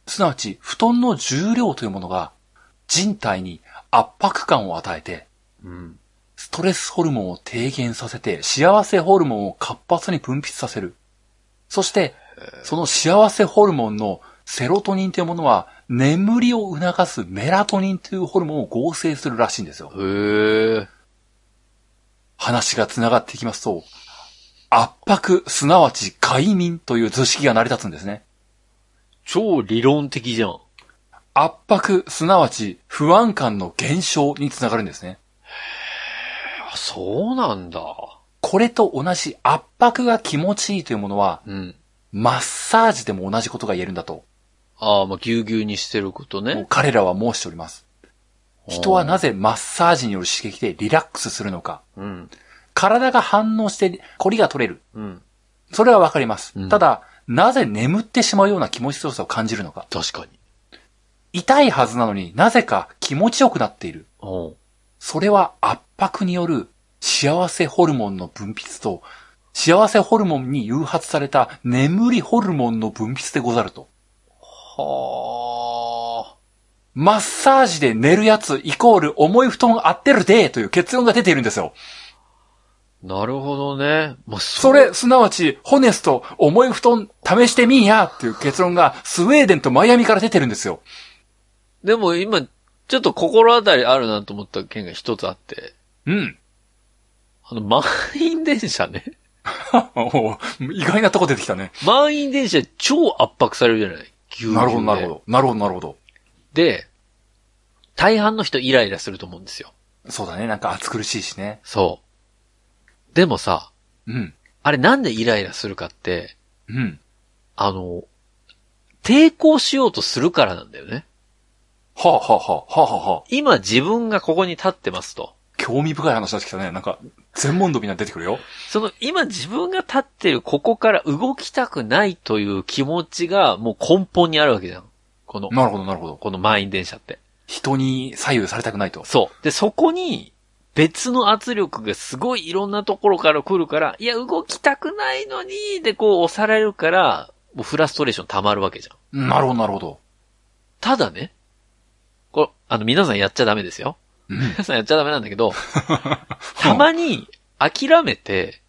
B: すなわち布団の重量というものが人体に圧迫感を与えて、
A: うん。
B: ストレスホルモンを低減させて、幸せホルモンを活発に分泌させる。そして、その幸せホルモンのセロトニンというものは、眠りを促すメラトニンというホルモンを合成するらしいんですよ。
A: へえ。
B: 話が繋がっていきますと、圧迫、すなわち快眠という図式が成り立つんですね。
A: 超理論的じゃん。
B: 圧迫、すなわち不安感の減少につながるんですね。
A: あ、そうなんだ。
B: これと同じ圧迫が気持ちいいというものは、
A: うん。
B: マッサージでも同じことが言えるんだと、
A: ああ、まあ、ぎゅうぎゅうにしてることね。
B: 彼らは申しております。人はなぜマッサージによる刺激でリラックスするのか。
A: うん。
B: 体が反応して、コリが取れる。
A: うん。
B: それはわかります。
A: うん
B: ただ、なぜ眠ってしまうような気持ちよさを感じるのか。
A: 確かに。
B: 痛いはずなのになぜか気持ちよくなっている。
A: うん。
B: それは圧迫による幸せホルモンの分泌と、幸せホルモンに誘発された眠りホルモンの分泌でござると。
A: はあ。
B: マッサージで寝るやつイコール重い布団合ってるでという結論が出ているんですよ。
A: なるほどね。まあ、
B: それ、すなわち、ホネスト、重い布団試してみんやっていう結論がスウェーデンとマイアミから出てるんですよ。
A: でも今、ちょっと心当たりあるなと思った件が一つあって、
B: うん。
A: あの、満員電車ね。
B: おう意外なとこ出てきたね。
A: 満員電車超圧迫されるじゃないぎゅうぎゅう
B: なるほど、
A: で
B: なるほど。なるほど、なるほど。
A: で、大半の人イライラすると思うんですよ。
B: そうだね。なんか暑苦しいしね。
A: そう。でもさ、
B: うん。
A: あれなんでイライラするかって、
B: うん。
A: あの、抵抗しようとするからなんだよね。
B: はあ、はあはあ、はあはあはあ、
A: 今自分がここに立ってますと。
B: 興味深い話出してきたね。なんか、全問答みんな出てくるよ。
A: その今自分が立ってるここから動きたくないという気持ちがもう根本にあるわけじゃん。この、
B: なるほど、なるほど。
A: この満員電車って。
B: 人に左右されたくないと。
A: そう。で、そこに、別の圧力がすごいいろんなところから来るから、いや、動きたくないのに、で、こう押されるから、もうフラストレーション溜まるわけじゃん。
B: なるほど、なるほど。
A: ただね、これ、あの、皆さんやっちゃダメですよ。
B: うん。
A: 皆さんやっちゃダメなんだけど、たまに諦めて、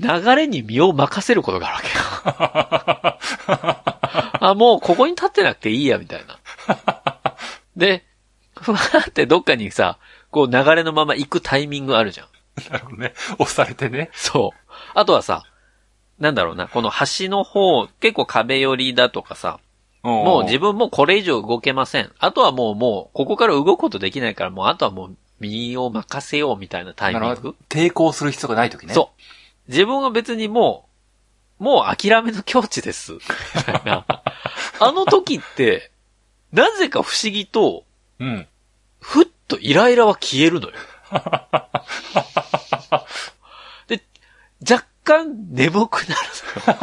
A: 流れに身を任せることがあるわけよ。あ、もうここに立ってなくていいや、みたいな。で、ふわーってどっかにさ、こう流れのまま行くタイミングあるじゃん。
B: なるほどね。押されてね。
A: そう。あとはさ、なんだろうな、この橋の方、結構壁寄りだとかさ、も
B: も
A: う自分もうこれ以上動けません。あとはもうもう、ここから動くことできないから、もうあとはもう身を任せようみたいなタイミン
B: なるほ
A: グ
B: ど。抵抗する必要がないときね。
A: そう。自分は別にも う、もう諦めの境地です。みたいな。あの時って、なぜか不思議と、
B: うん。
A: ふっとイライラは消えるの よ。で、若干眠くなるのよ。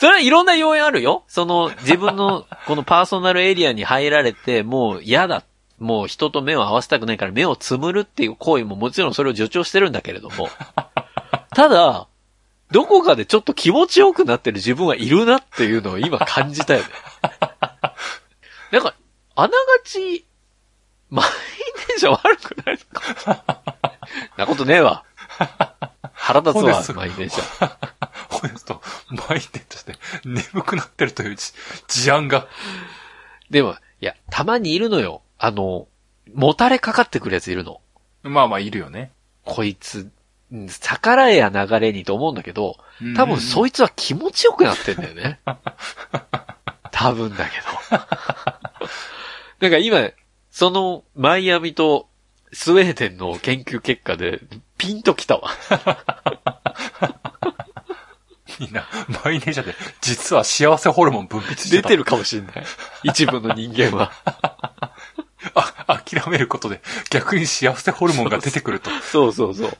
A: それはいろんな要因あるよ。その自分 のこのパーソナルエリアに入られて、もう嫌だ。もう人と目を合わせたくないから目をつむるっていう行為ももちろんそれを助長してるんだけれど も。ただ、どこかでちょっと気持ちよくなってる自分はいるなっていうのを今感じた よね。なんか、あながち、満員電車悪くないのか。 なことねえわ。腹立つ
B: そうで
A: わ
B: す、
A: 満員電車。
B: これと、マイネとして眠くなってるという事事案が。
A: でも、いや、たまにいるのよ。あの、もたれかかってくるやついるの。
B: まあまあ、いるよね。
A: こいつ、うん逆らえや流れにと思うんだけど、多分そい
B: い
A: つは気持ちよくなってんだよ ね。多分だけど。なんか今、そのマイアミとスウェーデンの研究結果でピンときた わ。
B: うん。みんな、マイネじゃで、実は幸せホルモン分泌して
A: 出
B: た。
A: てるかもしんない。一部の人間は。
B: あ、諦めることで、逆に幸せホルモンが出てく ると。
A: そうそうそう。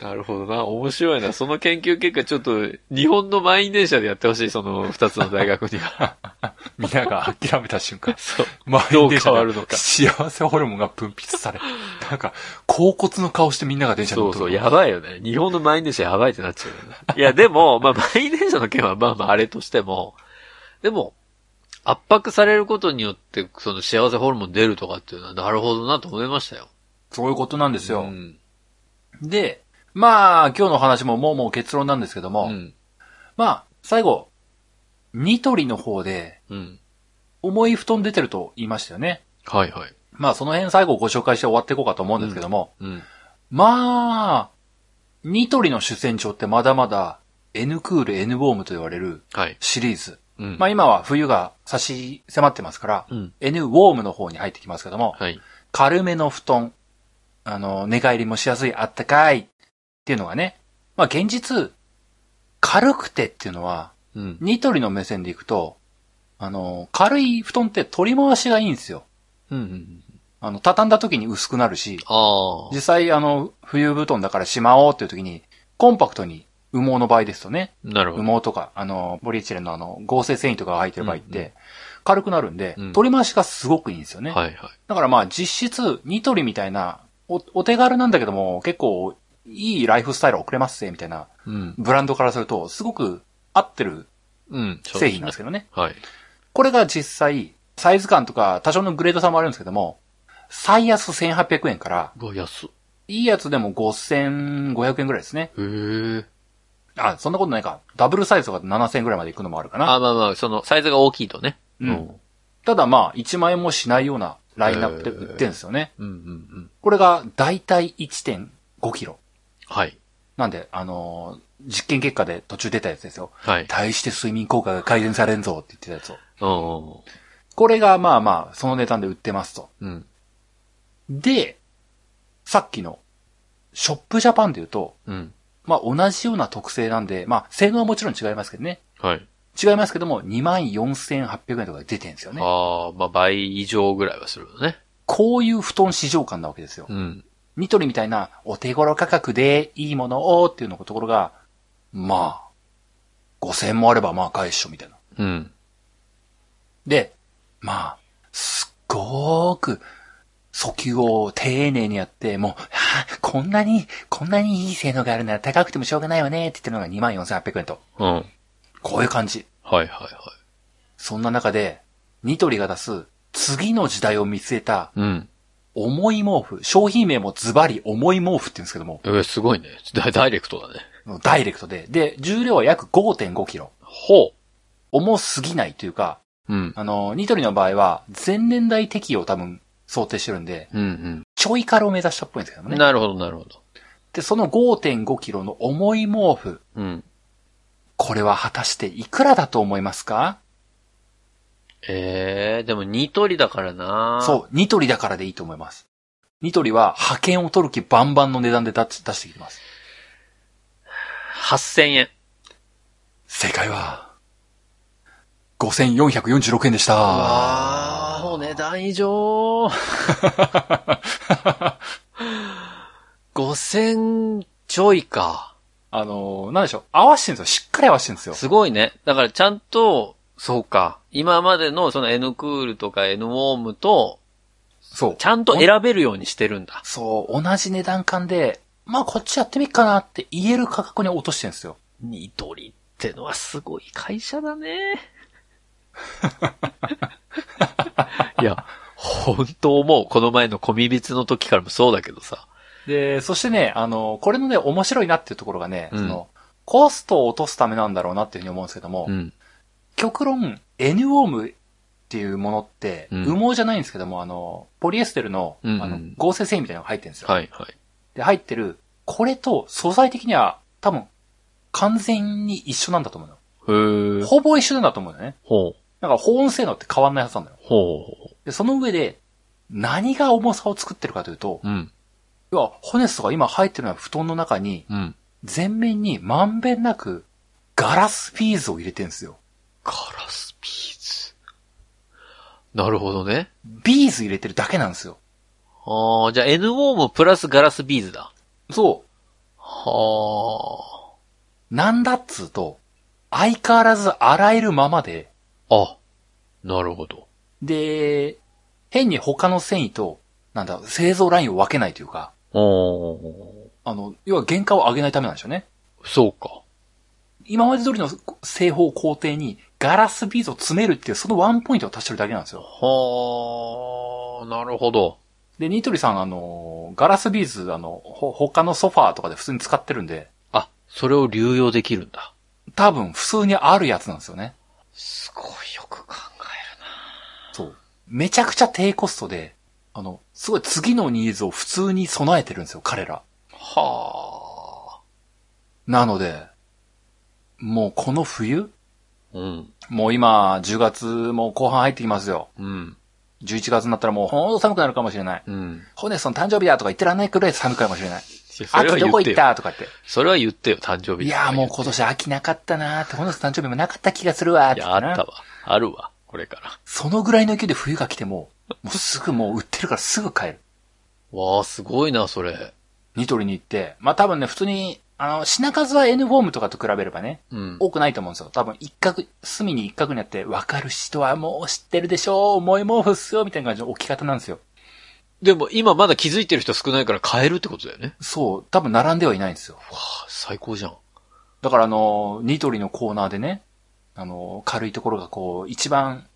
A: なるほどな。面白いな。その研究結果、ちょっと、日本の満員電車でやってほしい、その二つの大学には。
B: みんなが諦めた瞬間。
A: そう。
B: 満員電車
A: どう変わるの
B: で
A: か
B: 幸せホルモンが分泌され、なんか、甲骨の顔してみんなが電車に
A: そ
B: 乗
A: う
B: って
A: そう、やばいよね。日本の満員電車やばいってなっちゃうよね。いや、でも、まあ、満員電車の件は、まあまあ、あれとしても、でも、圧迫されることによって、その幸せホルモン出るとかっていうのは、なるほどなと思いましたよ。
B: そういうことなんですよ。
A: ん。
B: で、まあ、今日の話ももうもう結論なんですけども、
A: うん。
B: まあ、最後、ニトリの方で、
A: うん。
B: 重い布団出てると言いましたよね。
A: はいはい。
B: まあ、その辺最後ご紹介して終わっていこうかと思うんですけども、
A: うん。
B: まあ、ニトリの主戦場ってまだまだ、N クール N ボームと言われる
A: はい。
B: シリーズ。
A: うん。
B: まあ今は冬が差し迫ってますから、
A: うん。
B: N ウォームの方に入ってきますけども、
A: はい。
B: 軽めの布団、あの、寝返りもしやすい、あったかいっていうのがね、まあ現実、軽くてっていうのは、
A: うん。
B: ニトリの目線でいくと、あの、軽い布団って取り回しがいいんですよ。
A: うんうん。
B: あの、畳んだ時に薄くなるし、
A: ああ
B: 実。際あの、冬布団だからしまおうっていう時に、コンパクトに羽毛の場合ですとね、
A: なるほど。
B: 羽毛とか、あの、ポリエチレンのあの、合成繊維とかが入ってる場合っ
A: うんう
B: て、軽くなるんで
A: うん、
B: 取り回しがすごくいいんですよね。
A: はいはい。
B: だからまあ実質、ニトリみたいな、お、お手軽なんだけども、結構いいライフスタイル送れますぜ、みたいな、
A: うん。
B: ブランドからすると、すごく合ってる
A: うん。そう
B: 製品なんですけどね。
A: ど。はい。
B: これが実際、サイズ感とか多少のグレード差もあるんですけども、最安1800円から、
A: うわ、安っ。
B: いいやつでも5500円ぐらいですね。
A: へえ。
B: あ、そんなことないか。ダブルサイズとか7000円ぐらいまでいくのもあるかな。
A: あ、まあまあ、その、サイズが大きいとね。
B: うんただまあ、1万円もしないようなラインナップで売ってるんですよね。
A: うんうんうん。
B: これがだいたい1.5キロ。
A: はい。
B: なんで、あのー実験結果で途中出たやつですよ。
A: はい。
B: 大して睡眠効果が改善されんぞって言ってたやつを。
A: うん。
B: これがまあまあ、その値段で売ってますと。
A: うん。
B: で、さっきの、ショップジャパンで言うと、
A: うん。
B: まあ同じような特性なんで、まあ性能はもちろん違いますけどね。
A: はい。
B: 違いますけども、24,800円とかで出てるんですよね。
A: ああ、まあ倍以上ぐらいはするよね。
B: こういう布団市場感なわけですよ。
A: うん。
B: ニトリみたいなお手頃価格でいいものをっていうのところが、まあ、5000もあればまあ返っしょみたいな。
A: うん。
B: で、まあ、すっごーく、訴求を丁寧にやって、もう、 はあ、こんなに、こんなにいい性能があるなら高くてもしょうがないわねって言ってるのが24,800円と。
A: うん。はい
B: こういう感じ。
A: はいは
B: そんな中で、ニトリが出す、次の時代を見据えた、
A: い。うん。
B: 重い毛布。商品名もズバリ重い毛布って言うんですけども、
A: えー、すごいね。ダダイレクトだね。
B: ダイレクトで。で、重量は約5.5キロ。
A: ほ
B: 重すぎないというか、
A: う。うん。
B: あの、ニトリの場合は、全年代適用を多分想定してるんで、
A: うん
B: ちょい軽を目指したっぽいんですけど
A: う
B: も
A: ん。
B: ね。
A: なるほどなるほど。
B: で、その5.5キロの重い毛布、
A: うん。
B: これは果たしていくらだと思いますか
A: ええー、でもニトリだからな
B: そう、ニトリだからでいいと思います。ニトリは派遣を取る気バンバンの値段で出し出してきてます。
A: 8000円。
B: 正解は、 5446円でした。
A: ああ、お値段以上。5000ちょいか。
B: あのー、なんでしょう。合わしてるんですよ。しっかり合わしてるんですよ。
A: すごいね。だからちゃんと、そうか。今までのその N クールとか N ウォームと、
B: そう。
A: ちゃんと選べるようにしてるんだ。
B: そう、同じ値段感で、まあこっちやってみっかなって言える価格に落としてるんですよ。
A: ニトリってのはすごい会社だ ね。いや、本当思う。この前のコミビツの時からもそうだけどさ。
B: で、そしてね、あの、これのね、面白いなっていうところがね、
A: うん
B: その、コストを落とすためなんだろうなっていうふうに思うんですけども、
A: うん。
B: 極論、N ウォームっていうものって、
A: うん
B: 羽毛じゃないんですけども、あの、ポリエステルの、
A: うんうん
B: あの、合成繊維みたいなのが入ってるんですよ。
A: はいはい。
B: で、入ってる、これと素材的には多分、完全に一緒なんだと思うの。
A: へー。
B: ほぼ一緒なんだと思うのね。
A: ほう。
B: だから保温性能って変わんないはずなんだよ。
A: ほ
B: で、その上で、何が重さを作ってるかというと、
A: う。うん。
B: 要は、ホネストが今入ってるのは布団の中に、
A: うん。
B: 全面にまんべんなく、ガラスビーズを入れてるんですよ。
A: ガラスビーズ。なるほどね。
B: ビーズ入れてるだけなんですよ。
A: ああ、じゃあ N ウォームプラスガラスビーズだ。
B: そ
A: は
B: う。なんだっつうと、相変わらず洗えるままで、
A: あ。あ、なるほど。
B: で、変に他の繊維と、なんだ、製造ラインを分けないというか、
A: お
B: あの、要は原価を上げないためなんでしょうね。
A: ーそうか。
B: 今まで通りの製法工程にガラスビーズを詰めるっていう、そのワンポイントを足してるだけなんですよ。
A: はあ、なるほど。
B: で、ニトリさん、あの、ガラスビーズ、あの、ほ、他のソファーとかで普通に使ってるんで、
A: あ、それを流用できるんだ。
B: 多分普通にあるやつなんですよね。
A: すごいよく考えるな。
B: そう。めちゃくちゃ低コストで、あの、すごい次のニーズを普通に備えてるんですよ、彼ら。
A: はあ。
B: なので、もうこの冬
A: うん。
B: もう今、10月も後半入ってきますよ。
A: うん。
B: 11月になったらもうほんと寒くなるかもしれない。
A: うん。
B: ホネストの誕生日だとか言ってらんないくらい寒くかもしれない。
A: それは
B: 秋ど
A: 言
B: こ
A: って
B: 行っ
A: よ。
B: たとかって。
A: それは言ってよ、誕生日
B: いやーもう今年秋なかったなーって、ホネストの誕生日もなかった気がするわーっ
A: い
B: て
A: や、あった
B: な
A: わ。あるわ。これから。
B: そのぐらいの勢いで冬が来ても、もうすぐもう売ってるからすぐ買える。
A: わあ、すごいな、それ。
B: ニトリに行って、まあ多分ね、普通に、あの、品数は N フォームとかと比べればね、
A: うん。
B: 多くないと思うんですよ。多分一角、隅に一角にあって、わかる人はもう知ってるでしょう、思い毛布っすよ、みたいな感じの置き方なんですよ。
A: でも今まだ気づいてる人少ないから買えるってことだよね。
B: そう、多分並んではいないんですよ。
A: わあ、最高じゃん。
B: だからあの、ニトリのコーナーでね、あの、軽いところがこう、一番、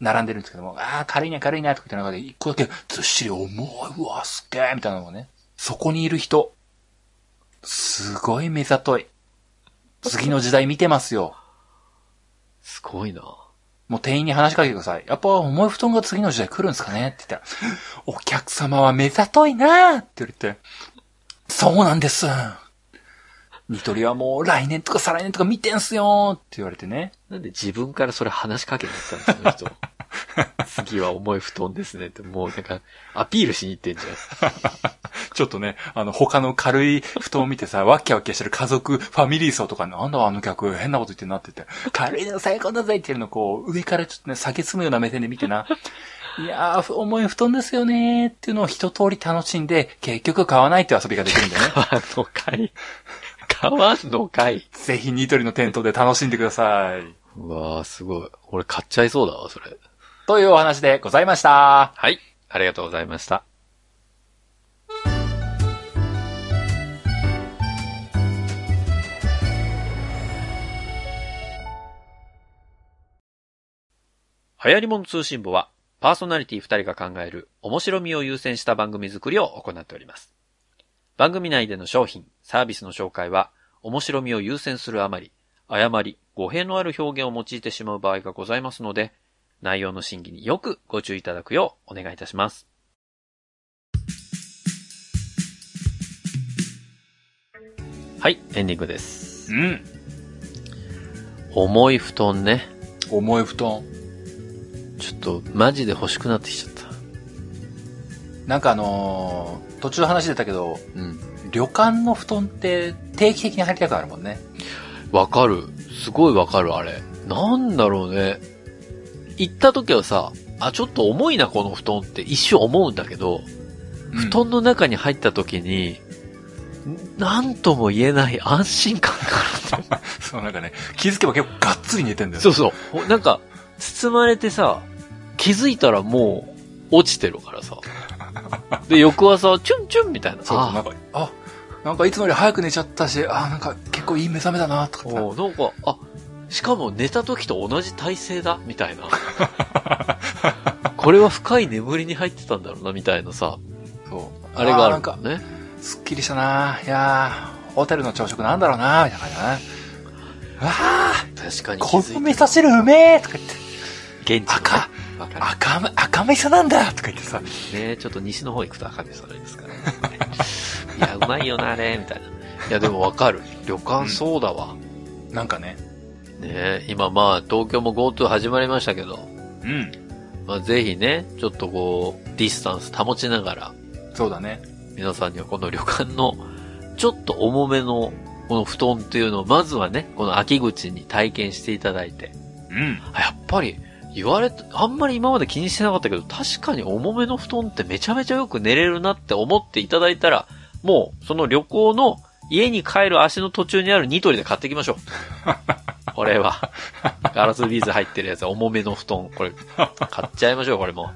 B: 並んでるんですけども、ああ、軽いな、軽いな、とか言って中で、一個だけ、ずっしり重い、うわ、すっげえ、みたいなのがね、そこにいる人、すごい目ざとい。次の時代見てますよ。
A: すごいな。
B: もう店員に話しかけてください。やっぱ重い布団が次の時代来るんですかねって言ったら、お客様は目ざといなーって言われて、そうなんです。ニトリはもう来年とか再来年とか見てんすよーって言われてね。
A: なんで自分からそれ話しかけに行ったんですか、 その人。次は重い布団ですねって、もうなんか、アピールしに行ってんじ
B: ちょっとね、あの、他の軽い布団を見てさ、ワッキャワッキャしてる家族、ファミリー層とか、なんだあの客、変なこと言ってんなって言って、軽いの最高だぜっていうのをこう、上からちょっとね、酒つむような目線で見てな、いやー、ふ重い布団ですよねーっていうのを一通り楽しんで、結局買わないっていう遊びができるんだよ ね。
A: ゃん。買わんのかい買わんのかい
B: ぜひニトリの店頭で楽しんでください。
A: うわーすごい。俺買っちゃいそうだわ、それ。
B: というお話でございました。
A: はい。ありがとうございました。流行り物通信簿は、パーソナリティ2人が考える面白みを優先した番組作りを行っております。番組内での商品、サービスの紹介は、面白みを優先するあまり、誤り、語弊のある表現を用いてしまう場合がございますので、内容の審議によくご注意いただくようお願いいたします。はい、エンディングです
B: う。ん。
A: 重い布団ね。
B: 重い布団。
A: ちょっと、マジで欲しくなってきちゃった。
B: なんかあのー、途中話出たけど、
A: うん。
B: 旅館の布団って定期的に入りたくなるもんね。
A: わかる。すごいわかる、あれ。なんだろうね。行った時はさ、あ、ちょっと重いな、この布団って一瞬思うんだけど、布団の中に入った時に、なんとも言えない安心感 がある。
B: そう、なんかね、気づけば結構がっつり寝てんだよね。
A: そうそう。ほなんか、包まれてさ、気づいたらもう落ちてるからさ。で、翌朝、チュンチュンみたいな。
B: そうなん
A: あ
B: か、あ、なんかいつもより早く寝ちゃったし、あ、なんか結構いい目覚めだな、とかって
A: おなんか、あ、しかも寝た時と同じ体勢だ、み たいな。これは深い眠りに入ってたんだろうな、みたいなさ。
B: そう。
A: あれがある
B: なん
A: んだ
B: か、
A: ね。
B: すっきりしたな。いやー、ホテルの朝食なんだろうな、みたいな感じだね。あ
A: 確かに
B: ー、
A: 気
B: こ
A: づ
B: の
A: い
B: 味噌汁うめえとか言って。
A: て。現地のね
B: 赤、
A: わかる
B: 赤め、赤味噌なんだとか言ってさ。
A: ねちょっと西の方行くと赤身されです からね。いや、うまいよな、あれ、みたいな。いや、でもわかる。旅館そうだわ。
B: なんかね。
A: ね今まあ、東京も GoTo 始まりましたけど、
B: うん。
A: まあ、ぜひね、ちょっとこう、ディスタンス保ちながら、
B: そうだね。
A: 皆さんにはこの旅館の、ちょっと重めの、この布団っていうのを、まずはね、この秋口に体験していただいて、
B: うん。
A: あやっぱり、言われて、あんまり今まで気にしてなかったけど、確かに重めの布団ってめちゃめちゃよく寝れるなって思っていただいたら、もう、その旅行の家に帰る足の途中にあるニトリで買ってきましょう。これは。ガラスビーズ入ってるやつ、重めの布団。これ、買っちゃいましょう、これも。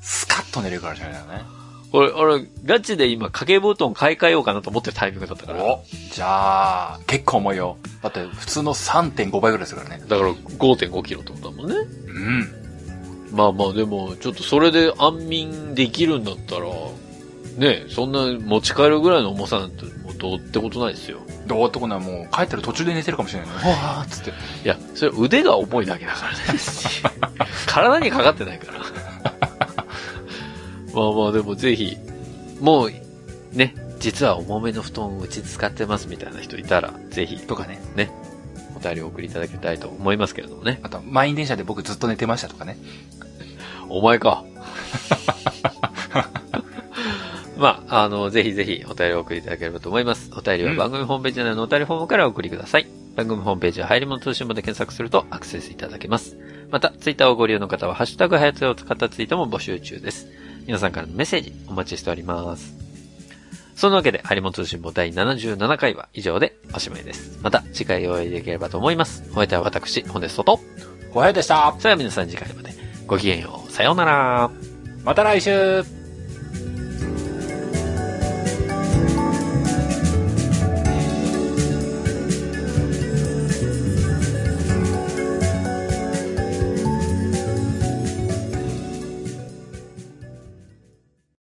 B: スカッと寝れるからじゃないだね。
A: これ、俺、ガチで今、掛け布団買い替えようかなと思ってるタイミングだったから。
B: おじゃあ、結構重いよ。だって普通の3.5倍ぐらいするからね。
A: だから、5.5キロってことだもんね。
B: うん。
A: まあまあでも、ちょっとそれで安眠できるんだったら、ねえそんな持ち帰るぐらいの重さなんてもうどうってことないですよ。
B: どうってことはもう帰ってる途中で寝てるかもしれないね。わーっつって。
A: いや、それ腕が重いだけだからね。体にかかってないから。まあまあでもぜひ、もう、ね、実は重めの布団をうち使ってますみたいな人いたら、ぜひ
B: とかね。
A: お便りを送りいただきたいと思いますけれどもね。
B: あと、満員電車で僕ずっと寝てましたとかね。
A: お前か。まあ、あの、ぜひぜひお便りを送りいただければと思います。お便りは番組ホームページ内のお便りフォームからお送りください。番組ホームページは入り物通信簿で検索するとアクセスいただけます。また、ツイッターをご利用の方は、ハッシュタグはやつやを使ったツイートも募集中です。皆さんからのメッセージお待ちしております。そのわけで、入り物通信簿第77回は以上でおしまいです。また次回お会いできればと思います。お相手は私、本ですと。
B: おはようでした。
A: それでは皆さん次回までごきげんよう。さようなら。
B: また来週